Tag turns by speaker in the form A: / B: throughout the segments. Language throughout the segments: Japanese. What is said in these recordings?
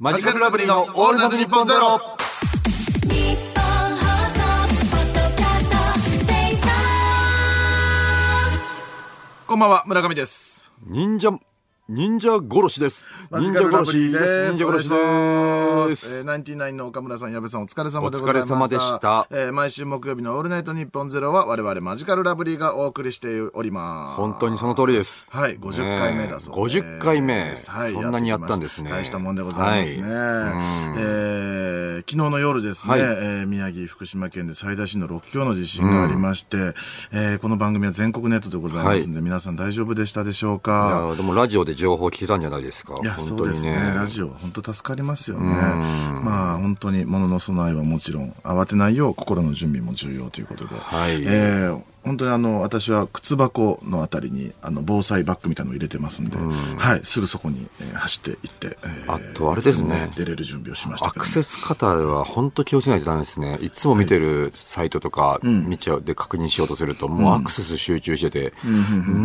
A: マジカルラブリーのオールナイトニッポンゼロ
B: 日本放送ポッドキャストステーション
C: こんばんは、村上です。
A: 忍者、忍者殺しです。
C: マジ
A: 忍
C: カ
A: 者
C: ルラブ
A: 殺
C: リ
A: し
C: ー
A: です。忍者殺しで
C: えー
A: す。
C: ナインティナインの岡村さん、矢部さん、お疲れ様でございました。
A: お疲れ様でした
C: えー毎週木曜日のオールナイトニッポンゼロは、我々マジカルラブリーがお送りしております。
A: 本当にその通りです。
C: はい、50回目だそう
A: ねえ50回目
C: はい、
A: そんなにやったんですね
C: やってきました大したもんでございますね。えー昨日の夜ですね、
A: はい
C: えー宮城、福島県で最大震度6強の地震がありまして、えーこの番組は全国ネットでございますんで、皆さん大丈夫でしたでしょう
A: い
C: か
A: やでもラジオで情報聞けたんじゃないですか。
C: いや、
A: 本
C: そ
A: 当
C: うで
A: に
C: す
A: ね
C: ね。。ラジオは本当助かりますよね。まあ、本当に物の備えはもちろん、慌てないよう心の準備も重要ということで。
A: はい
C: えー本当にあの、私は靴箱のあたりに、あの、防災バッグみたいなのを入れてますんで、はい、すぐそこに、えー走って行って、えー
A: あとあれですね
C: 出れる準備をしました
A: ア
C: けど
A: クセス方は本当気をつけないとダメですね。いつも見てるサイトとか、見ちゃうで確認しようとすると、もうアクセス集中してて、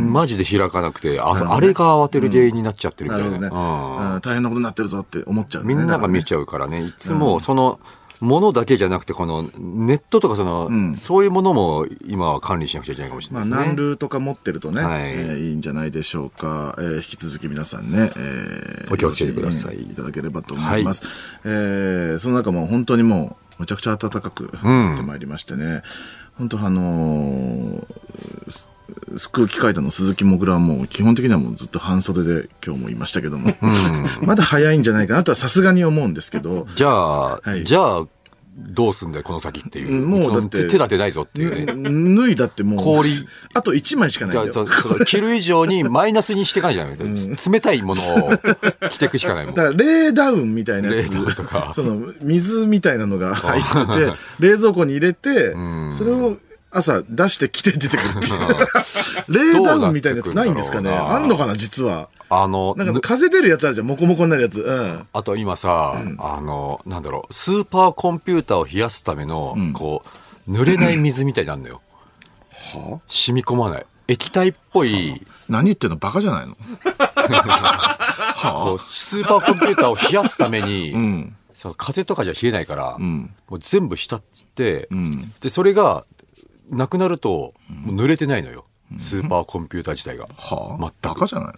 A: マジで開かなくて、ああれが慌てる原因になっちゃってるみた
C: なるほ
A: い
C: どね、
A: な。うん
C: うん大変なことになってるぞって思っちゃうね、
A: みんなが見ちゃうからね、いつもその、ものだけじゃなくて、このネットとかその、そういうものも今は管理しなくちゃいけないかもしれ
C: ま
A: な
C: あ、
A: いですね。
C: 何ルートか持ってるとね、
A: はい
C: いえーいいんじゃないでしょうか、えー引き続き皆さんね、えー
A: お気をつけてください
C: ご注意いただければと思います。えーその中も本当にもう、むちゃくちゃ暖かくなってまいりましてね、本当あのーすす空気階段の鈴木もぐらはもう基本的にはもうずっと半袖で今日もいましたけども、 まだ早いんじゃないかなとはさすがに思うんですけど、
A: じゃあ、
C: い
A: じゃあ、どうすんだよ、この先っていう。
C: うんもう
A: その
C: だって
A: 手手立てないぞっていうね。
C: 脱いだってもう、
A: 氷
C: あと1枚しかない
A: じゃ
C: ん
A: あ
C: だよ
A: そ。そう着る以上にマイナスにしていかないじゃない、冷たいものを着ていくしかないもん。
C: だから、レーダウンみたいなやつ
A: レーダウンとか、
C: その、水みたいなのが 入ってて、冷蔵庫に入れて、それを朝出してきて出てくるっていう。 レーダウンみたいなやつないんですか
A: ど
C: ね
A: うなってくんだろうな
C: あんのかな実は。
A: あの、
C: なんか風出るやつあるじゃん。モコモコになるやつ。うん。
A: あと今さ、あの、なんだろう、スーパーコンピューターを冷やすための、こう、濡れない水みたいになるのよ。染み込まない。液体っぽい、
C: 何言ってんのバカじゃな いの
A: こう、スーパーコンピューターを冷やすために、
C: ん
A: その風とかじゃ冷えないから、
C: ん
A: もう全部浸って、
C: ん
A: で、それが、なくなると、もう濡れてないのよ。スーパーコンピューター自体が。
C: はあ
A: 全
C: バ
A: く
C: カじゃない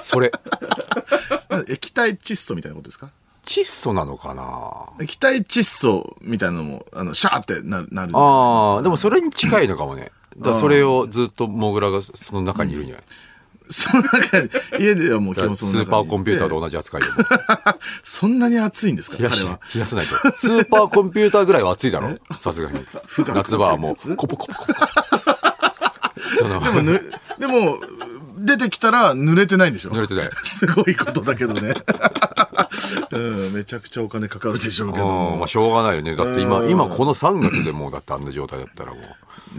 A: それ、
C: の液体窒素みたいなことですか
A: 窒素なのかな
C: 液体窒素みたいなのも、あの、シャーってなる、なる。
A: ああ、でもそれに近いのかもね。だからそれをずっとモグラがその中にいるんじゃない、
C: その中に、家ではもう基
A: だから
C: 本
A: ス
C: その中にい
A: ー
C: て
A: パーコンピューターと同じ扱 いでも。
C: そんなに暑いんですか
A: 冷
C: 彼
A: やし
C: は。
A: 冷やさないと。スーパーコンピューターぐらいは暑いだろさすがに。
C: が
A: 夏場はも
C: 吹
A: う、
C: く
A: コポコポコポ。その、
C: でもぬ、でも、出てきたら濡れてないんでしょ
A: 濡れてない
C: すごいことだけどね。 うん、めちゃくちゃお金かかるでしょうけど
A: うんま
C: も
A: あ、。しょうがないよね。だって
C: う
A: 今、
C: ん
A: 今この3月でもうだってあんな状態だったらもう。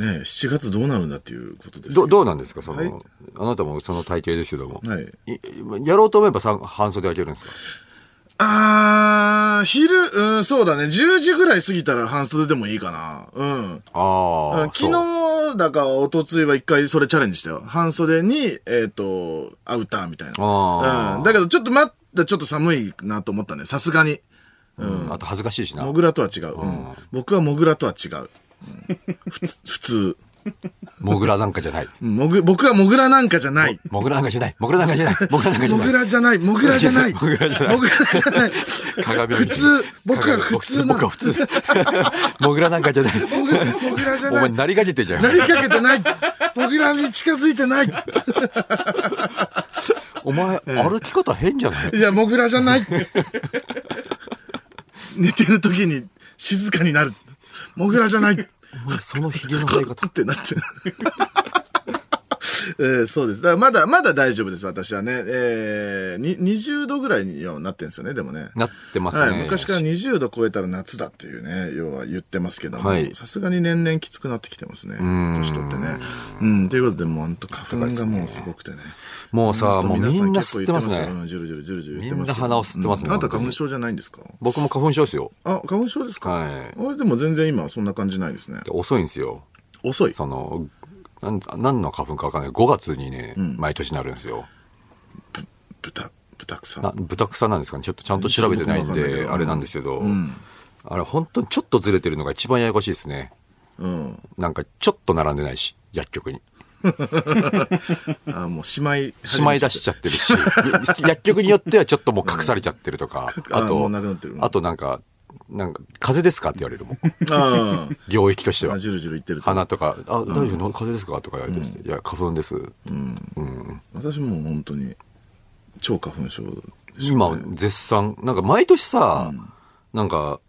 C: ねえ7月どうなるんだっていうことです
A: ど
C: よ
A: どうなんですかその、
C: はい
A: あなたもその体型ですけども。
C: はい
A: いやろうと思えばさん半袖開けるんですか
C: あー、昼、うん、そうだね。10時ぐらい過ぎたら半袖でもいいかな。うん。
A: ああ。
C: うん昨
A: そう
C: 日だか一昨日は一回それチャレンジしたよ。半袖に、えっ、と、アウターみたい
A: あ
C: な。
A: ー
C: うん。だけどちょっとまだちょっと寒いなと思ったね。さすがに。
A: うんあと恥ずかしいしな
C: モ。グラとは違う。うん僕はモグラとは違う。うんふつ 普通。
A: モグラなんかじゃない。
C: うんモグ僕はモグラなんかじゃない。
A: モグラなんかじゃない。モグラなんかじゃない。モグラなんかじゃ
C: モ
A: ない
C: グ。ラじゃない。モグラじゃない。
A: モ
C: モ
A: グ
C: グ
A: ラ
C: ラ
A: じゃ
C: じゃ
A: ない
C: ない。
A: 鏡を見
C: 普
A: て
C: 通。僕は普通な
A: 僕は普通。 モグラなんかじゃない。
C: モグラモグラじゃ
A: お
C: な
A: 前
C: い。
A: なりがけてんじゃん
C: な。りかけてない。モグラに近づいてない。い
A: お前、歩き方変じゃない
C: や、モグラじゃない。寝てる時に静かになる。モグラじゃない。
A: お前そのヒゲの生え方。
C: ってなって。 えーそうです。だからまだ、まだ大丈夫です、私はね。えー、に20度ぐらいにはなってんですよね、でもね。
A: なってます
C: は
A: ね。
C: い、昔から20度超えたら夏だっていうね、要は言ってますけども
A: はい、
C: さすがに年々きつくなってきてますね、
A: ん
C: 年取ってね。うん、ということで、もう本当花粉がもうすごくてね。
A: もうさ、
C: ほ
A: もう
C: と皆
A: み
C: さ
A: んな
C: 結構
A: 吸っ
C: 言
A: てますね。
C: うん、ジュルジュルジュルジュル言ってますけど
A: みんな鼻を吸ってますね
C: うんあな
A: 本
C: た
A: 当に
C: 花粉症じゃないんですか
A: 僕も花粉症ですよ。
C: あ、花粉症ですか
A: はい
C: あでも全然今そんな感じないですね。
A: 遅いんですよ。
C: 遅い。
A: その、なん、何の花粉かわかんない。5月にね、毎年なるんですよ。
C: 豚、豚草。
A: な豚草なんですかねちょっとちゃんと調べてないん
C: ちょっと僕もわかんないけ
A: で、
C: ど
A: あれなんですけど、
C: うん
A: あれ本当にちょっとずれてるのが一番ややこしいですね。
C: うん。
A: なんかちょっと並んでないし、薬局に。
C: あもうしまい、
A: しまい出しちゃってるし、 薬局によってはちょっともう隠されちゃってるとか、
C: あ
A: あ
C: も
A: と
C: うなくなってる、
A: あとなんか、なんか、風邪ですかって言われるもん。
C: あ
A: 領域として
C: あ、
A: は。
C: じゅるじゅるいってると。
A: 鼻とか、あ、大丈夫、風邪ですかとか言われて、いや、花粉です。
C: 私も本当に、超花粉症でしょ
A: 今、絶賛、なんか毎年さ、なんか、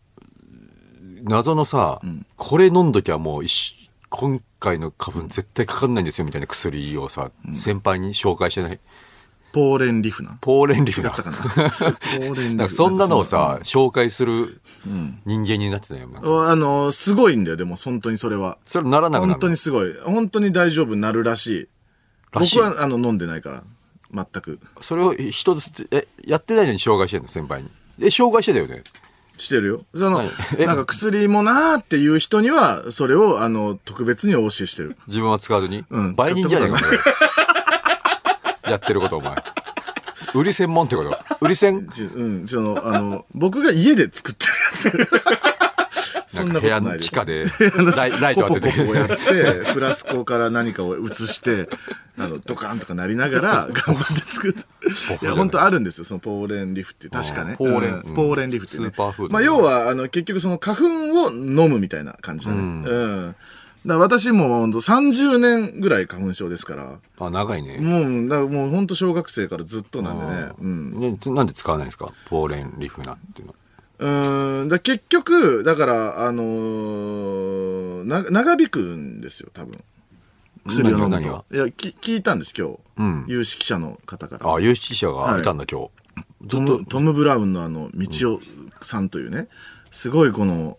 A: 謎のさ、これ飲んどきゃもう一生、今回の花粉絶対かかんないんですよみたいな薬をさ、先輩に紹介してない。
C: ポーレンリフナ。
A: ポーレンリフ
C: 違
A: だ
C: ったかな。ポーレンリフ
A: なんかそんなのをさ、紹介する人間になってたよ。なんか
C: あの、すごいんだよ、でも、本当にそれは。
A: それならなくな
C: 本当
A: る
C: にすごい。本当に大丈夫になるらしい。
A: らしい
C: 僕は、あの、飲んでないから。全く。
A: それを人つえ、やってないのに障害してんの先輩に。え、障害してたよね。
C: してるよ。その、
A: はいえ
C: なんか薬もなーっていう人には、それを、あの、特別にお教えしてる。
A: 自分は使わずに。
C: うん
A: 売人じゃねえか、お前やってること、お前。売り専門ってこと。売り専
C: じうん、その、あの、僕が家で作ってるやつ。そんな
A: 部
C: こと
A: 屋
C: な
A: の
C: いで
A: 地
C: す。
A: 下でライライト当て
C: ポコポコやって
A: て。、
C: フラスコから何かを移して、あの、ドカーンとかなりながら、頑張って作った。いや、本当あるんですよ、そのポーレンリフって、確かね。
A: ポーレン
C: うんポーレンリフってね。
A: スーパーフード
C: まあ、要は、あの、結局その花粉を飲むみたいな感じだね。うん。だから私も本当30年ぐらい花粉症ですから、
A: あ、長いね。
C: もう、だからもう本当小学生からずっとなんでね。うん。
A: ねつなんで使わないんですかポーレンリフナっていうの。
C: うーん、だ結局、だから、あのーな、長引くんですよ、多分。薬を飲む
A: 何が
C: と。いや、き、聞いたんです、今日。
A: ん
C: 有識者の方から。
A: あ、有識者がいたんだ、今日。ずっ
C: ト
A: と
C: ム、トム・ブラウンのあの、道夫さんというね、すごいこの、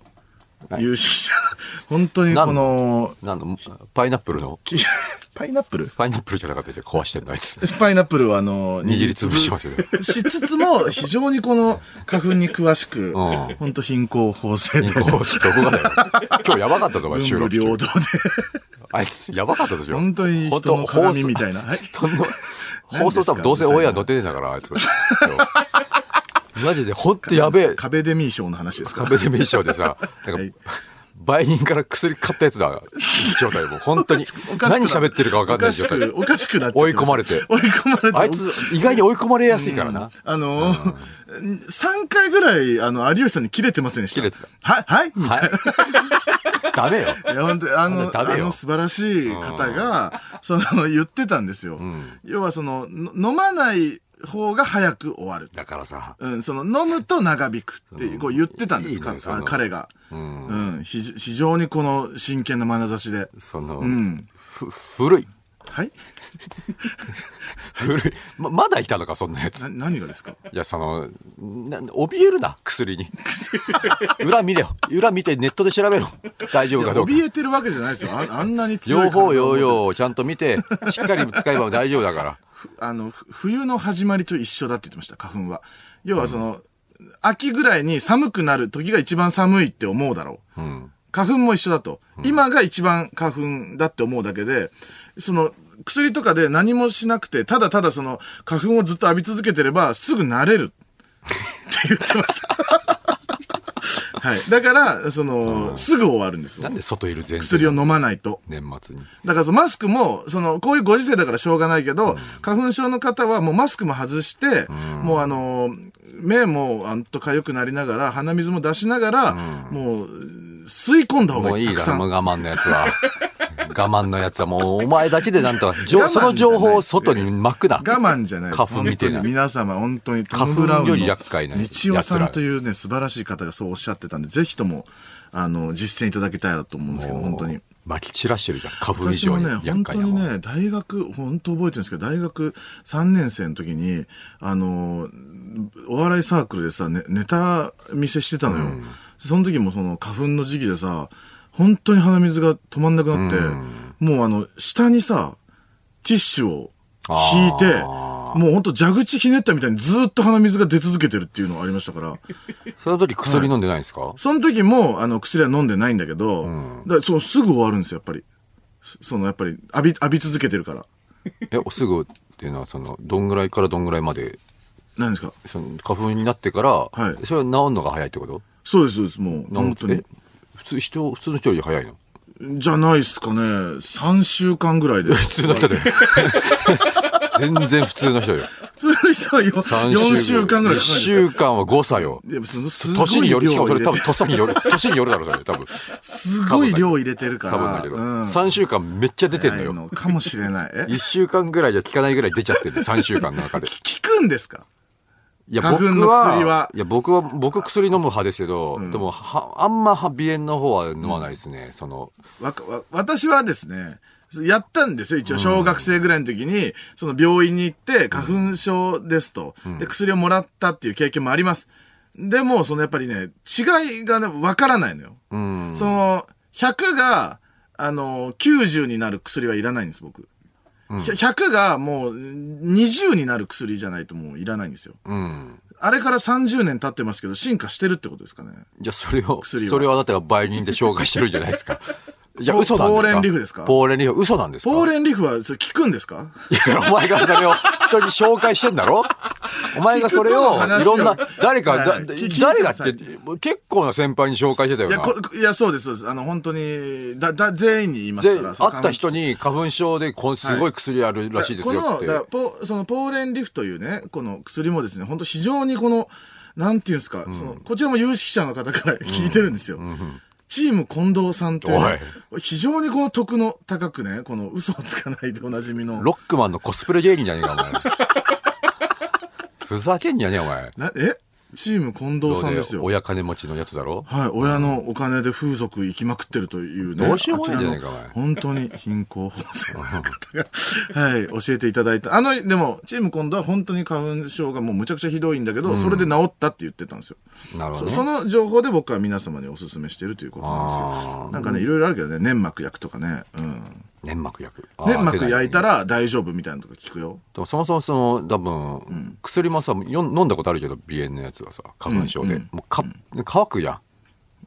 A: はい
C: 有識者、 本当にこの、
A: なんのパイナップルの、
C: きパイナップル
A: パイナップルじゃなかったっけ壊してんの、 あいつ。
C: パイナップルはあの、
A: 握りつぶしますよね。
C: しつつも、非常にこの花粉に詳しく、
A: ん
C: 本当貧困法制で
A: イン、コースどこが だよ。今日やばかったぞ、お前収
C: 文
A: 録
C: 武
A: 中
C: 両道で。
A: あいつ、やばかったでしょ。
C: 本当に人の鏡みたいな。はい。
A: 本 当放送人の放送多分どうせオンエア載ってねえんだから、あいつ。マジで、ほんとやべ え。
C: 壁デミー賞の話ですか
A: 壁で名称でさ、なんか、
C: はい
A: 売人から薬買ったやつだ、状態もう。本当に
C: お。かしく
A: 何喋ってるか分かんない状態。
C: おかしく、おかしくなっちゃってました
A: 追い込まれて
C: 追い込まれて。
A: あいつ、意外に追い込まれやすいからな。
C: あのー、3回ぐらい、あの、有吉さんに切れてませんでした。
A: 切れてた
C: はい、はいみたい
A: はい。 ダメよ。
C: な。いや、本当にあ
A: なん
C: の、
A: だダメ
C: あ
A: よ
C: の素晴らしい方が、その、言ってたんですよ。要は、その、の飲まない方が早く終わる。
A: だからさ、
C: うん、その、飲むと長引くっていう、こう言ってたんです
A: いいね
C: か、
A: そ
C: あ
A: の
C: 彼が。
A: うん、
C: うん、非常非常にこの、真剣な眼差しで。
A: その、
C: うん。
A: ふ、古い。
C: はい
A: 古い。ま、まだいたのか、そんなやつ。
C: な何がですか
A: いや、その、な、怯えるな、薬に。裏見れよ。裏見てネットで調べろ。大丈夫かどうか。
C: 怯えてるわけじゃないですよ。ああんなに強い
A: 情
C: 体を持っ
A: 報
C: て
A: 用用をちゃんと見て、しっかり使えば大丈夫だから。
C: あの、ふ冬の始まりと一緒だって言ってました、花粉は。要はその、秋ぐらいに寒くなる時が一番寒いって思うだろう。花粉も一緒だと。今が一番花粉だって思うだけで、その、薬とかで何もしなくて、ただただその、花粉をずっと浴び続けてれば、すぐ慣れる。って言ってま した。はい。だから、その、すぐ終わるんですよ
A: なんで外いる前提
C: 薬
A: な
C: を
A: の
C: 飲まないと。
A: 年末に。
C: だからそのマスクも、その、こういうご時世だからしょうがないけど、花粉症の方はもうマスクも外して、もうあの、目もあんとかゆくなりながら、鼻水も出しながら、もう、吸い込んだ方
A: も
C: が
A: うい
C: いい。
A: い
C: たく
A: だ
C: さ。
A: ろ、もうん我慢のやつは。 我慢のやつはもうお前だけでなんとか、じょ
C: 我慢
A: その情報を外に巻くな。
C: 我慢じゃないです。
A: 花粉みたいな
C: 本当に皆様、本当にト
A: 花
C: ム・
A: 粉
C: ブラウン
A: よ
C: の
A: り厄介な
C: 道夫さ
A: 奴ら
C: んというね、素晴らしい方がそうおっしゃってたんで、ぜひとも、あの、実践いただきたいなと思うんですけど、本当に。
A: 巻き散らしてるじゃん。花粉以
C: 私
A: 上
C: も
A: に
C: ね、本
A: 厄
C: 当
A: 介な
C: に
A: もん。
C: ね、大学、本当覚えてるんですけど、大学3年生の時に、あの、お笑いサークルでさ、ね、ネタ見せしてたのよ。その時もその花粉の時期でさ、本当に鼻水が止まんなくなって、もうあの、下にさ、ティッシュを引いて、
A: あ
C: もう本当蛇口ひねったみたいにずっと鼻水が出続けてるっていうのがありましたから、
A: その時薬飲んでないんですか、
C: その時も、あの、薬は飲んでないんだけど、だからそう、すぐ終わるんですよ、やっぱり。そその、やっぱり、浴び、浴び続けてるから。
A: え、おすぐっていうのは、その、どんぐらいからどんぐらいまで
C: 何ですか
A: その花粉になってから、
C: はい
A: それは治るのが早いってこと
C: そうです、そうです、もう。
A: 治
C: 本
A: っ
C: 当
A: て
C: に
A: え。普通人普通の人より早いの
C: じゃないですかね。3週間ぐらい で。
A: 普通の 人で全然普通の人よ
C: 普通の人はよ
A: 三
C: 4週間ぐ
A: 1
C: らいかかるんです
A: 週間は誤差よ
C: いやそのすごい
A: 年によりしかもそれ
C: 量
A: 多分
C: 入れて
A: 年に よる年によるだろうそれ多分
C: すごい量入れてるか
A: 多分だ
C: ら。
A: けど、
C: うん
A: 3週間めっちゃ出てんの
C: 早い
A: よ
C: のかもしれない。え
A: 1週間ぐらいじゃ効かないぐらい出ちゃってる3週間の 中で
C: 聞くんですか
A: いや、
C: 花粉の
A: 僕
C: 薬はい
A: や、僕は、僕薬飲む派ですけど、でも、は、あんまは鼻炎の方は飲まないですね。その、
C: わかわ私はですね、やったんですよ、一応。小学生ぐらいの時に、その病院に行って、花粉症ですと、で、薬をもらったっていう経験もあります。でも、そのやっぱりね、違いがね、わからないのよ。
A: うん。
C: その、100が、あの、90になる薬はいらないんです、僕。100がもう20になる薬じゃないともういらないんですよ。
A: うん。
C: あれから30年経ってますけど、進化してるってことですかね。
A: じゃあ、それを、
C: 薬は
A: それをあなたが売人で紹介してるんじゃないですか。じゃあ、嘘なんですか
C: ポーレンリフですか
A: ポーレンリフ、嘘なんですか
C: ポーレンリフは、それ聞くんですか
A: いや、 お前がそれを人に紹介してんだろお前がそれ
C: 聞くと
A: を
C: の話を、
A: いろんな、誰か、
C: はいはい
A: だ
C: 聞いて
A: 誰
C: く
A: がっ
C: ださい
A: て、結構な先輩に紹介してたよ
C: いや
A: な。
C: こ、いや、そうです、そうです。あの、本当に、だ、だ、全員に言います
A: で、
C: から。
A: 会った人に花粉症でこんすごい薬あるらしいですよっ
C: こ
A: て。
C: の、だポそのポーレンリフというね、この薬もですね、本当非常にこの、なんていうんですか、その、こちらも有識者の方から 聞いてるんですよ。チーム近藤さんというね、非常にこの徳の高くね、この嘘をつかないでおなじみの。
A: ロックマンのコスプレ芸人じゃねえか、 お前。ふざけんじゃねえ、お前。
C: なえチーム近藤さんですよ。
A: 親金持ちのやつだろ
C: はい、親のお金で風俗行きまくってるというね。
A: どうしようもないじゃないか
C: あちらの
A: おい
C: 本当に貧困法制の方が、はい、教えていただいた。あの、でも、チーム今度は本当に花粉症がもうむちゃくちゃひどいんだけど、それで治ったって言ってたんですよ。
A: なるほ
C: そ
A: ど
C: そ
A: ね。
C: の情報で僕は皆様にお勧めしてるということなんですけ
A: あ
C: ど、なんかね、いろいろあるけどね、粘膜焼くとかね、うん。
A: 粘膜薬。あー
C: 粘膜焼い
A: 出な
C: た。
A: いね
C: ら大丈夫みたいなとか聞くよ。
A: でもそもそもその、多分、薬もさ、よん飲んだことあるけど、鼻炎のやつはさ、花粉症で。もうか、乾くやん。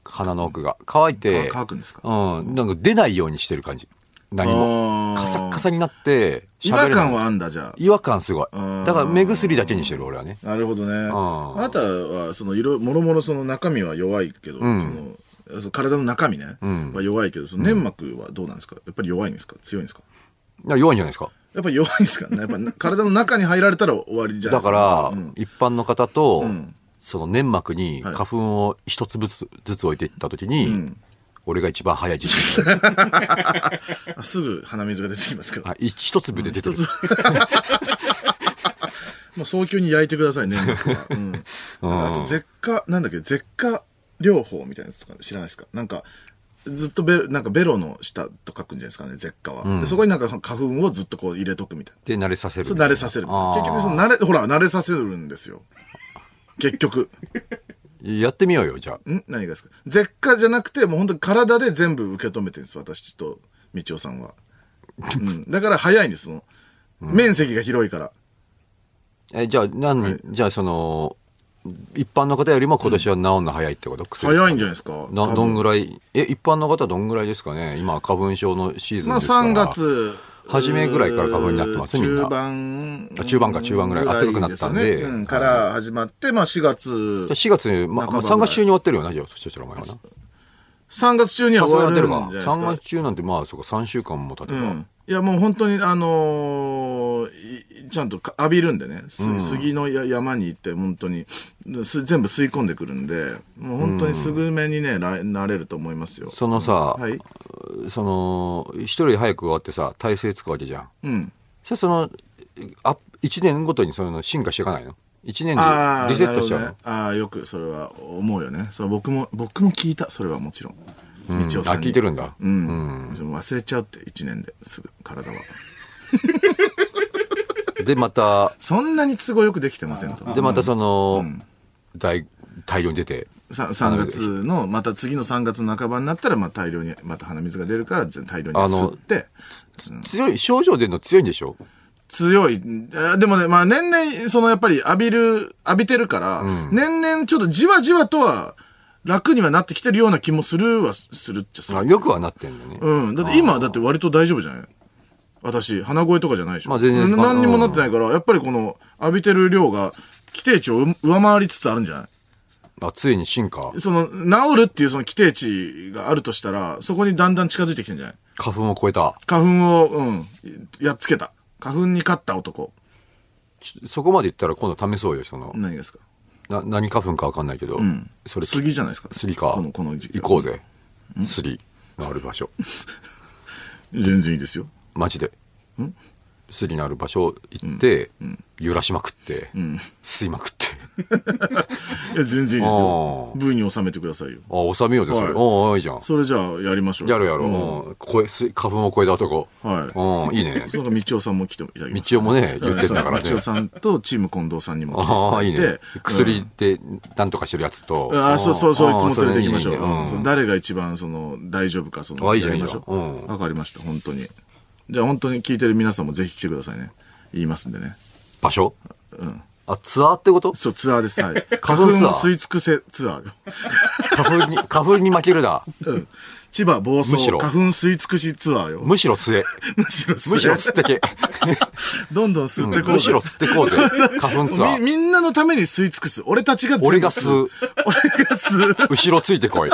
A: 鼻の奥が。乾いて、
C: あ乾くんですか
A: うん。なんか出ないようにしてる感じ。何も。
C: あー
A: カサッカサになって、
C: 違
A: 喋れない
C: 和感はあんだ、じゃあ。
A: 違和感すごい。
C: ん
A: だから目薬だけにしてる、俺はね。
C: なるほどね。あ
A: ん
C: なたは、その、いろ、もろもろその中身は弱いけど、その、その体の中身ね、は弱いけど、その粘膜はどうなんですかやっぱり弱いんですか強いんですか
A: だから弱いんじゃないですか。
C: やっぱり弱いんですかねや っぱな体の中に入られたら終わりじゃ
A: だ
C: ないですか
A: か。ら、一般の方と、その粘膜に花粉を一粒ずつずつ置いていった時に、俺が一番早い時 期
C: ら、すぐ鼻水が出てきますから。
A: あい一粒で出てる。
C: もう早急に焼いてください、粘膜は。うん。あと、舌下、なんだっけ、舌下療法みたいなやつとか知らないですかなんか、ずっとベロ、なんかベロの下と書くんじゃないですかね、舌下は。でそこになんか花粉をずっとこう入れとくみたいな。
A: で、慣れさせる。
C: そう慣れさせる。
A: あー
C: 結局その慣れ、ほら、慣れさせるんですよ。結局。
A: やってみようよ、じゃあ。
C: ん何がですか舌下じゃなくて、もう本当に体で全部受け止めてるんです、私と道夫さんは。うん。だから早いんです、その。面積が広いから。
A: え、じゃあ、何、じゃあ、その、一般の方よりも今年は治るの早いってこと薬
C: 早いんじ
A: ゃ
C: ゃないですか。
A: な
C: 多分
A: どんぐらいえ、一般の方はどんぐらいですかね今、花粉症のシーズン
C: まあ
A: ですから。
C: 3月。
A: 初めぐらいから花粉になってますみんな
C: 中盤
A: あ。中盤か中盤ぐらい暖かくなったんで
C: ですよねうんから始まって、まあ4月。
A: じゃあ4月に、まあ、
C: 半ばぐらい
A: 3月中に終わってるよな、じゃあ、そしたらお前はな。
C: 3月中には
A: さす
C: 終
A: が
C: わ
A: に
C: る
A: 出る
C: んじゃな
A: か。
C: いですか。
A: 3月中なんて、まあ、そうか、3週間も経てば。
C: うんいや、もう本当に、あのーいちゃんとか浴びるんでね、す杉のや山に行って、本当にす、全部吸い込んでくるんで、もう本当にすぐめにね、ななれると思いますよ。
A: そのさ、
C: はい。
A: その、一人で早く終わってさ、体勢つくわけじゃん。
C: うん。
A: そしたらその、あ、一年ごとにその進化していかないの一年で
C: ああ、
A: リセットしちゃう
C: な
A: の
C: るほどね、ああ、よくそれは思うよね。そう僕も、僕も聞いた、それはもちろん。道夫
A: あ、
C: さんに
A: 聞いてるんだ。
C: うん。忘れちゃうって、1年ですぐ、体は。
A: で、また、
C: そんなに都合よくできてませんと。
A: で、またその、大、大量に出て。
C: さ3月の、また次の3月の半ばになったら、まあ大量に、また鼻水が出るから、全大量に
A: あの
C: 吸って、
A: 強い、症状出るの強いんでしょ
C: 強い。あでもね、まあ年々、そのやっぱり浴びる、浴びてるから、年々ちょっとじわじわとは楽にはなってきてるような気もするは、するっちゃ
A: あ
C: さ。
A: よくはなってんのね。
C: うん。だって今はだって割と大丈夫じゃない私、鼻声とかじゃないでしょ。
A: まあ全然
C: な何にもなってないから、やっぱりこの浴びてる量が規定値を上回りつつあるんじゃない
A: あ、ついに進化。
C: その、治るっていうその規定値があるとしたら、そこにだんだん近づいてきてんじゃない
A: 花粉を超えた。
C: 花粉を、うん、やっつけた。花粉に勝った男。
A: ちょそこまで言ったら今度試そうよ、その。
C: 何がですか
A: な何花粉かわかんないけど。
C: ん
A: それ、
C: 杉じゃないですか。
A: 杉か。
C: この、この時期。
A: 行こうぜ。杉のある場所。
C: 全然いいですよ。
A: マジで。杉のある場所行って、揺らしまくって、吸いまくって。
C: いや、全然いいですよ。
A: あ
C: V に収めてくださいよ。
A: あ、収めようぜ、それ。
C: はい
A: おーいいじゃん。
C: それじゃあ、やりましょう。
A: やろうやろう。
C: ん
A: うんこえす花粉を超えた男。
C: は
A: う
C: い。
A: ん、いいね。
C: その道夫さんも来ていただきました。
A: 道夫もね言ってたからね
C: そう道夫さんとチーム近藤さんにも来ていた
A: あ
C: だ
A: あ、いい
C: いて。
A: ね。
C: う
A: 薬
C: ん
A: でなんとかしてるやつと。
C: ああ、そうそう、そういつも連れて行きましょう。
A: ああそれねいいね
C: うん
A: ん
C: その誰が一番、その、大丈夫か、その、
A: あいいじゃん
C: やりましょう
A: いいじゃんうん
C: わかりました、本当に。じゃあ、本当に聞いてる皆さんもぜひ来てくださいね。言いますんでね。
A: 場所あ、ツアーってこと
C: そう、ツアーです。はい。花
A: 花
C: 粉
A: 粉ツアー
C: を吸い尽くせツアーよ。
A: 花粉に、 花粉に負けるな。
C: うん。千葉暴走
A: むしろ
C: 花粉吸い尽くしツアーよ。
A: むしろ吸え。
C: むしろ吸え
A: むしろ吸ってけ。
C: どんどん吸ってこうぜ。
A: むしろ吸ってこう ぜ。花粉ツア
C: み
A: ー。
C: みんなのために吸い尽くす。俺たちが全部
A: 俺が吸う。
C: 俺が吸う。
A: 後ろついてこい。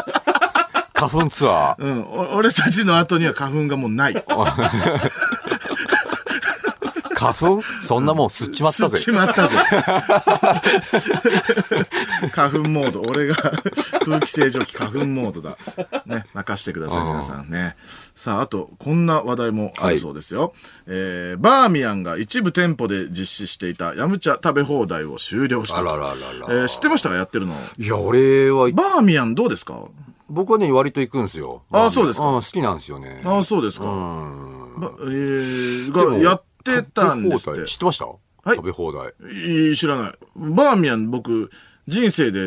A: 花粉ツアー。
C: うん。お俺たちの後には花粉がもうない。
A: 花粉そんなもん吸っちまった
C: 吸っち
A: ぜ。
C: まったぜ。花粉モード。俺が空気清浄機花粉モードだ。ね。任してください、皆さんね。さあ、あと、こんな話題もあるそうですよ。えー、バーミヤンが一部店舗で実施していたヤムチャ食べ放題を終了したと。
A: あらららら
C: えー知ってましたかやってるの。
A: いや、俺は、
C: バーミヤンどうですか
A: 僕はね、割と行くんですよ。
C: あそうですか
A: ん好きなんですよね。
C: ああ、そうですか。
A: うん。
C: ばえー、
A: で
C: が
A: も
C: やってたんです
A: 食べ放
C: っ
A: 題
C: て
A: 知ってました
C: い
A: 食べ放題。。
C: いい知らない。バーミヤン僕、人生で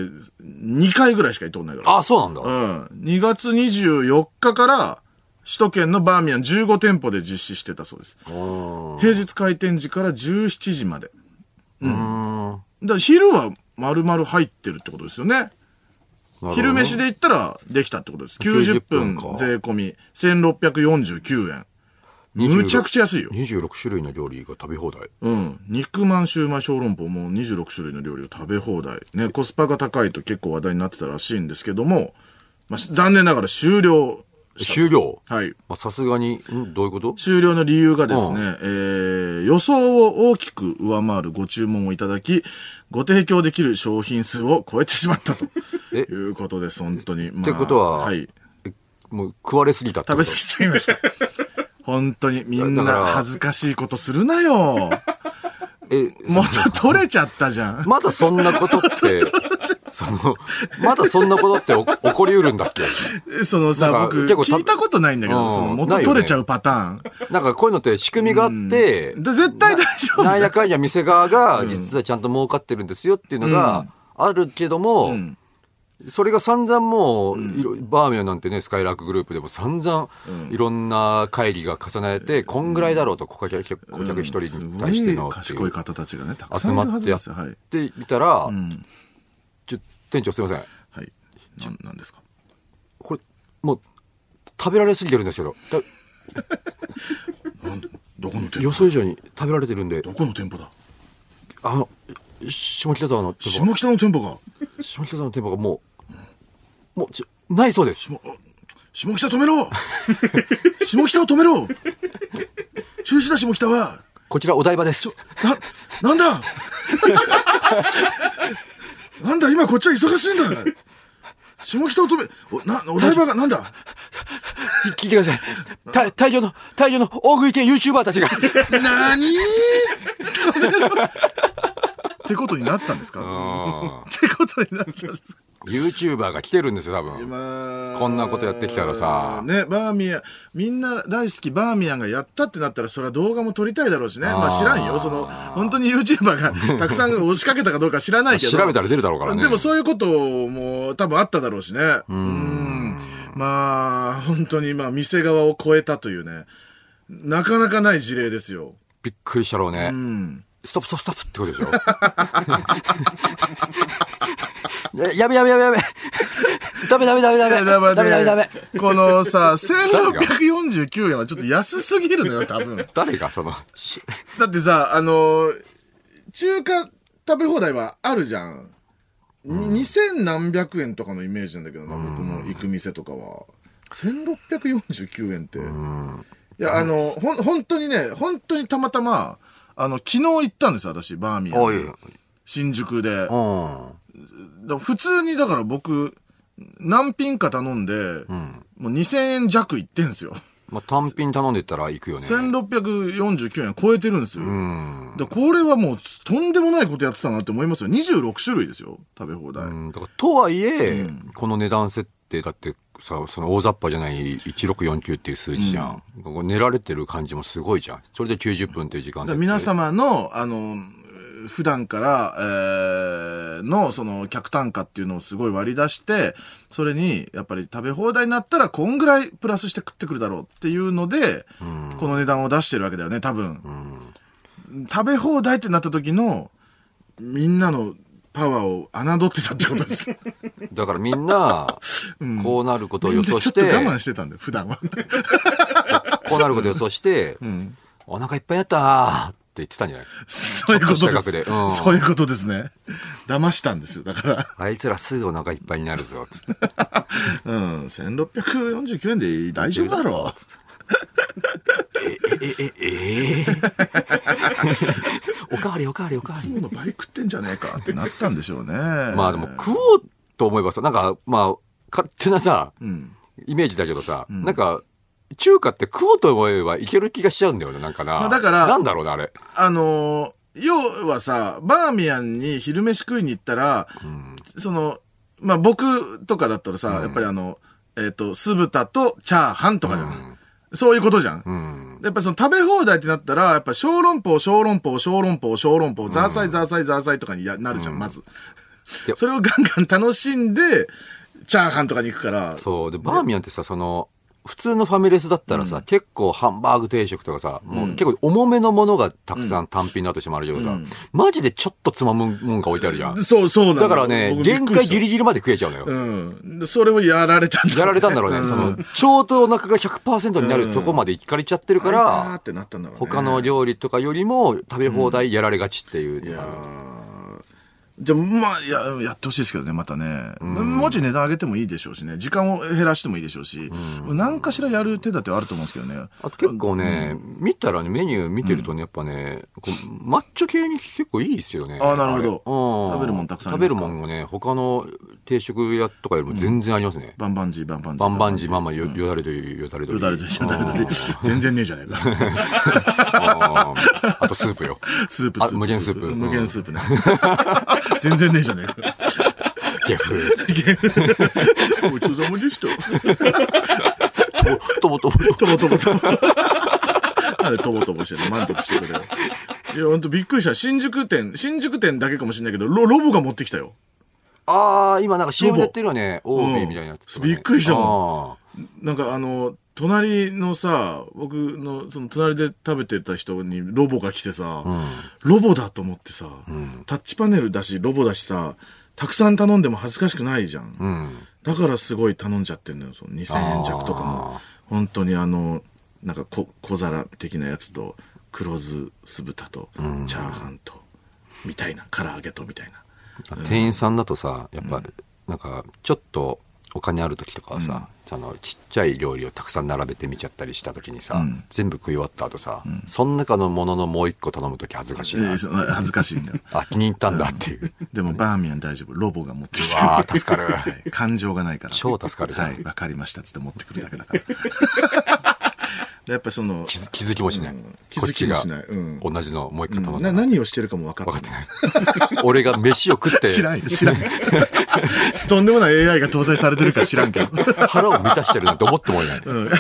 C: 2回ぐらいしか行ったことないから。
A: あ、そうなんだ。
C: うん。2月24日から、首都圏のバーミヤン15店舗で実施してたそうです。
A: うん。
C: 平日開店時から17時まで。うん。だから昼は丸々入ってるってことですよね。昼飯
A: で。
C: で行ったらできたってことです。90
A: 90
C: 分
A: 分か
C: 税込み1649円。
A: 26
C: むちゃくちゃ安いよ。
A: 26種類の料理が食べ放題。
C: うん。肉まん、シューマイ、小籠包もう26種類の料理を食べ放題。ね、コスパが高いと結構話題になってたらしいんですけども、まあ、し残念ながら終了した。
A: 終了
C: はい。
A: まあさすがに、んどういうこと
C: 終了の理由がですね、
A: う
C: えー、予想を大きく上回るご注文をいただき、ご提供できる商品数を超えてしまったと
A: え
C: いうことです、本当に。まあ
A: ってことは
C: はい。
A: もう食われすぎたって
C: 食
A: こと
C: べ過ぎちゃいま した。本当にみんな
A: だから
C: 恥ずかしいことする なよ。
A: え、
C: 元取れちゃったじゃん。
A: まだそんなこと って、その、まだそんなことってお起こりうるんだっけ
C: その
A: な
C: さ
A: ん、か
C: 僕、
A: 結構た
C: 聞いたことないんだけ
A: う
C: ど、
A: ん
C: その元
A: ないよね
C: 取れちゃうパターン。
A: なんかこういうのって仕組みがあって、
C: で絶対大丈夫
A: なん
C: だ
A: やかんや店側が実はちゃんと儲かってるんですよっていうのがあるけども、
C: ん
A: それが散々もう、いろバーミヤンなんてね、スカイラークグループでも散々いろんな会議が重ねて、こんぐらいだろうと顧客顧客一人
C: す
A: に
C: ご
A: 対して
C: い
A: のっていう
C: 賢い方たちがね、たくさ
A: 集
C: んいる
A: ま
C: は
A: っ
C: ず
A: てや
C: で
A: っ
C: すよ。はい。
A: てみたら、ちょ店長すいません。
C: はい。なんなんですか
A: これ、もう、食べられすぎてるんですけど、だ
C: どこの店
A: 予
C: 舗
A: 想以上に食べられてるんで
C: ど、この店舗だ
A: あの、下北沢の店舗が
C: 下北の店舗が、
A: 下北沢の店舗がもう、もうちょ、ないそうです。
C: もう下北止めろ 下北を止めろ中止だ下北は
A: こちらお台場です。
C: な、なんだ なんだ今こっちは忙しいんだ下北を止め、お、な、お台場が、なんだ
A: 聞いてください。た大量の、大量の大食い系 YouTuber たちが。
C: なにってことになったんですか ってことになったんですか
A: YouTuber が来てるんですよ、多分。
C: まあ
A: こんなことやってきたらさ
C: ね、バーミヤン、みんな大好きバーミヤンがやったってなったら、それは動画も撮りたいだろうしね。まあ
A: あー
C: 知らんよ。その、本当に YouTuber が たくさん押しかけたかどうか知らないけど。
A: 調べたら出るだろうからね。
C: でもそういうことも多分あっただろうしね。うん。まあ、本当にまあ店側を超えたというね。なかなかない事例ですよ。
A: びっくりしたろうね。ストップストップストップってこと でしょややべやべやべやべ。ダメダメダメダメ。ダメダメダメダメ。
C: このさ、1649円はちょっと安すぎるのよ、多分。
A: 誰がその、し
C: だってさ、あのー中華食べ放題はあるじゃん。に2000何百円とかのイメージなんだけどな、僕の行く店とかは。1649円って。いや、あの、ほん、本当にね、本当にたまたま、あの、昨日行ったんですよ、私、バーミヤ
A: おい。
C: ン。新宿で。
A: うん。
C: だ普通にだから僕、何品か頼んで、もう2000円弱いってんすよ。
A: まあ、単品頼んでたら行くよね。
C: 1649円超えてるんですよ。だこれはもうとんでもないことやってたなって思いますよ。26種類ですよ、食べ放題。
A: うん、だからとはいえ、この値段設定だってさ、その大雑把じゃない1649っていう数字じゃん。ここ寝られてる感じもすごいじゃん。それで90分っていう時間設
C: だから
A: 定。
C: 皆
A: ん。
C: 様の、あの、普段から、えーの、その、客単価っていうのをすごい割り出して、それに、やっぱり食べ放題になったら、こんぐらいプラスして食ってくるだろうっていうので、この値段を出してるわけだよね、多分。食べ放題ってなった時の、みんなのパワーを侮ってたってことです。
A: だからみんな、 こうなる ことを
C: みん
A: 予
C: なちょ
A: 想
C: っ
A: し
C: と
A: て、
C: 我慢してたんだよ、普段は。
A: こうなることを予想して、お腹いっぱいだったって言ってたんじゃない
C: そういうこと
A: ちょ
C: で
A: っとした額
C: す。
A: でうん
C: そういうことですね。騙したんですよ、だから。
A: あいつらすぐお腹いっぱいになるぞ、つって。
C: うん、1649円で大丈夫だろ
A: え、え、え、えーおかわりおかわりおかわ
C: う。
A: り。
C: もの倍食ってんじゃねえかってなったんでしょうね。
A: ま
C: ま
A: あでも食おうと思えばさ、なんか、まあ、勝手なさ、
C: ん
A: イメージだけどさ、なんか、中華って食おうと思えばいける気がしちゃうんだよね、なんかな。
C: まあだから
A: なんだろうね、あれ。
C: あのー要はさ、バーミヤンに昼飯食いに行ったら、その、まあ、僕とかだったらさ、やっぱりあの、えっ、と、酢豚とチャーハンとかじゃん。そういうことじゃん。
A: うん。
C: やっぱその食べ放題ってなったら、やっぱ小籠包、小籠包、小籠包、小籠包、ザーサイ、ザーサイ、ザーサイとかにやなるじゃん、まず
A: で。
C: それをガンガン楽しんで、チャーハンとかに行くから、
A: そう。で、バーミヤンってさ、その、普通のファミレスだったらさ、結構ハンバーグ定食とかさ、もう結構重めのものがたくさん単品だとしてもあるけどさ、マジでちょっとつまむもんが置いてあるじゃん。
C: そう、そうなの
A: だからね、
C: 僕びっ
A: 限
C: くり
A: 界
C: した
A: ギリギリまで食えちゃうのよ。
C: うん。でそれをやられたんだろうね、
A: やられたんだろうね。その、ちょうどお腹が100%になるとこまで行かれちゃってるか
C: あー
A: ら
C: っ、てなったんだろうね。
A: 他の料理とかよりも食べ放題やられがちっていうのがある。
C: じゃあ、まあ、や、やってほしいですけどね、またね。もうちょい値段上げてもいいでしょうしね。時間を減らしてもいいでしょうし。何かしらやる手立てはあると思うんですけどね。
A: あと結構ね、見たらね、メニュー見てるとね、やっぱね、こうマッチョ系に結構いいですよね。
C: あーなるほ
A: あれうん
C: ど食べるもんたくさんあ
A: 食べ
C: ります
A: る
C: か
A: もんもね、他の定食屋とかよりも全然ありますね。
C: バンバンジー、バンバンジー。
A: バンバンジー、まんまんよ、よだれどり、よだれどり。
C: よだれどり、よだれどり
A: うん。
C: 全然ねえじゃねえか。
A: あーあとスープ よ。
C: スープ、
A: あ
C: スープ。
A: 無限スープうん
C: 無限スープね。 全然ねえじゃねえか。
A: ゲフ。
C: ごちそうさまでした。
A: とぼとぼとぼ。
C: とぼとぼとぼ。なんでとぼとぼしてるの満足してくれよ。いや、ほんとびっくりした。新宿店、新宿店だけかもしれないけど、ロロボが持ってきたよ。
A: あー、今なんか CM やってるよね。オービーみたいなやつとかね。
C: びっくりした
A: も
C: なんかあの、隣のさ、僕の、その隣で食べてた人にロボが来てさ、ロボだと思ってさ、タッチパネルだし、ロボだしさ、たくさん頼んでも恥ずかしくないじゃん。
A: ん
C: だからすごい頼んじゃってんのよ、その2000円弱とかも。本当にあの、なんか小小皿的なやつと、黒酢酢豚と、チャーハンと、みたいな、唐揚げとみたいな。
A: 店員さんだとさやっぱ、なんかちょっとお金ある時とかはさ、そのちっちゃい料理をたくさん並べてみちゃったりした時にさ、全部食い終わった後さ、その中のもののもう一個頼む時恥ずかしいな、
C: えーその恥ずかしいんだよ。
A: あ気に入ったんだっていう、
C: でもバーミヤン大丈夫、ロボが持ってきた。
A: わあ助かる
C: はい感情がないから。
A: 超助かるじゃん
C: はい、わかりましたっつって持ってくるだけだから。 でやっぱその、
A: 気づ気づきもしない、
C: うん気づきもしない
A: こっちが
C: うん
A: 同じのもう一個頼んだ
C: な
A: な、
C: 何をしてるかも分か
A: 分か
C: っ
A: ってて
C: ない。
A: ない 俺が飯を食って
C: 知らんよ、知らん。とんでもない AI が搭載されてるから知らんけ ど。
A: 腹を満たしてるなんて思ってもいない、
C: うん、やっ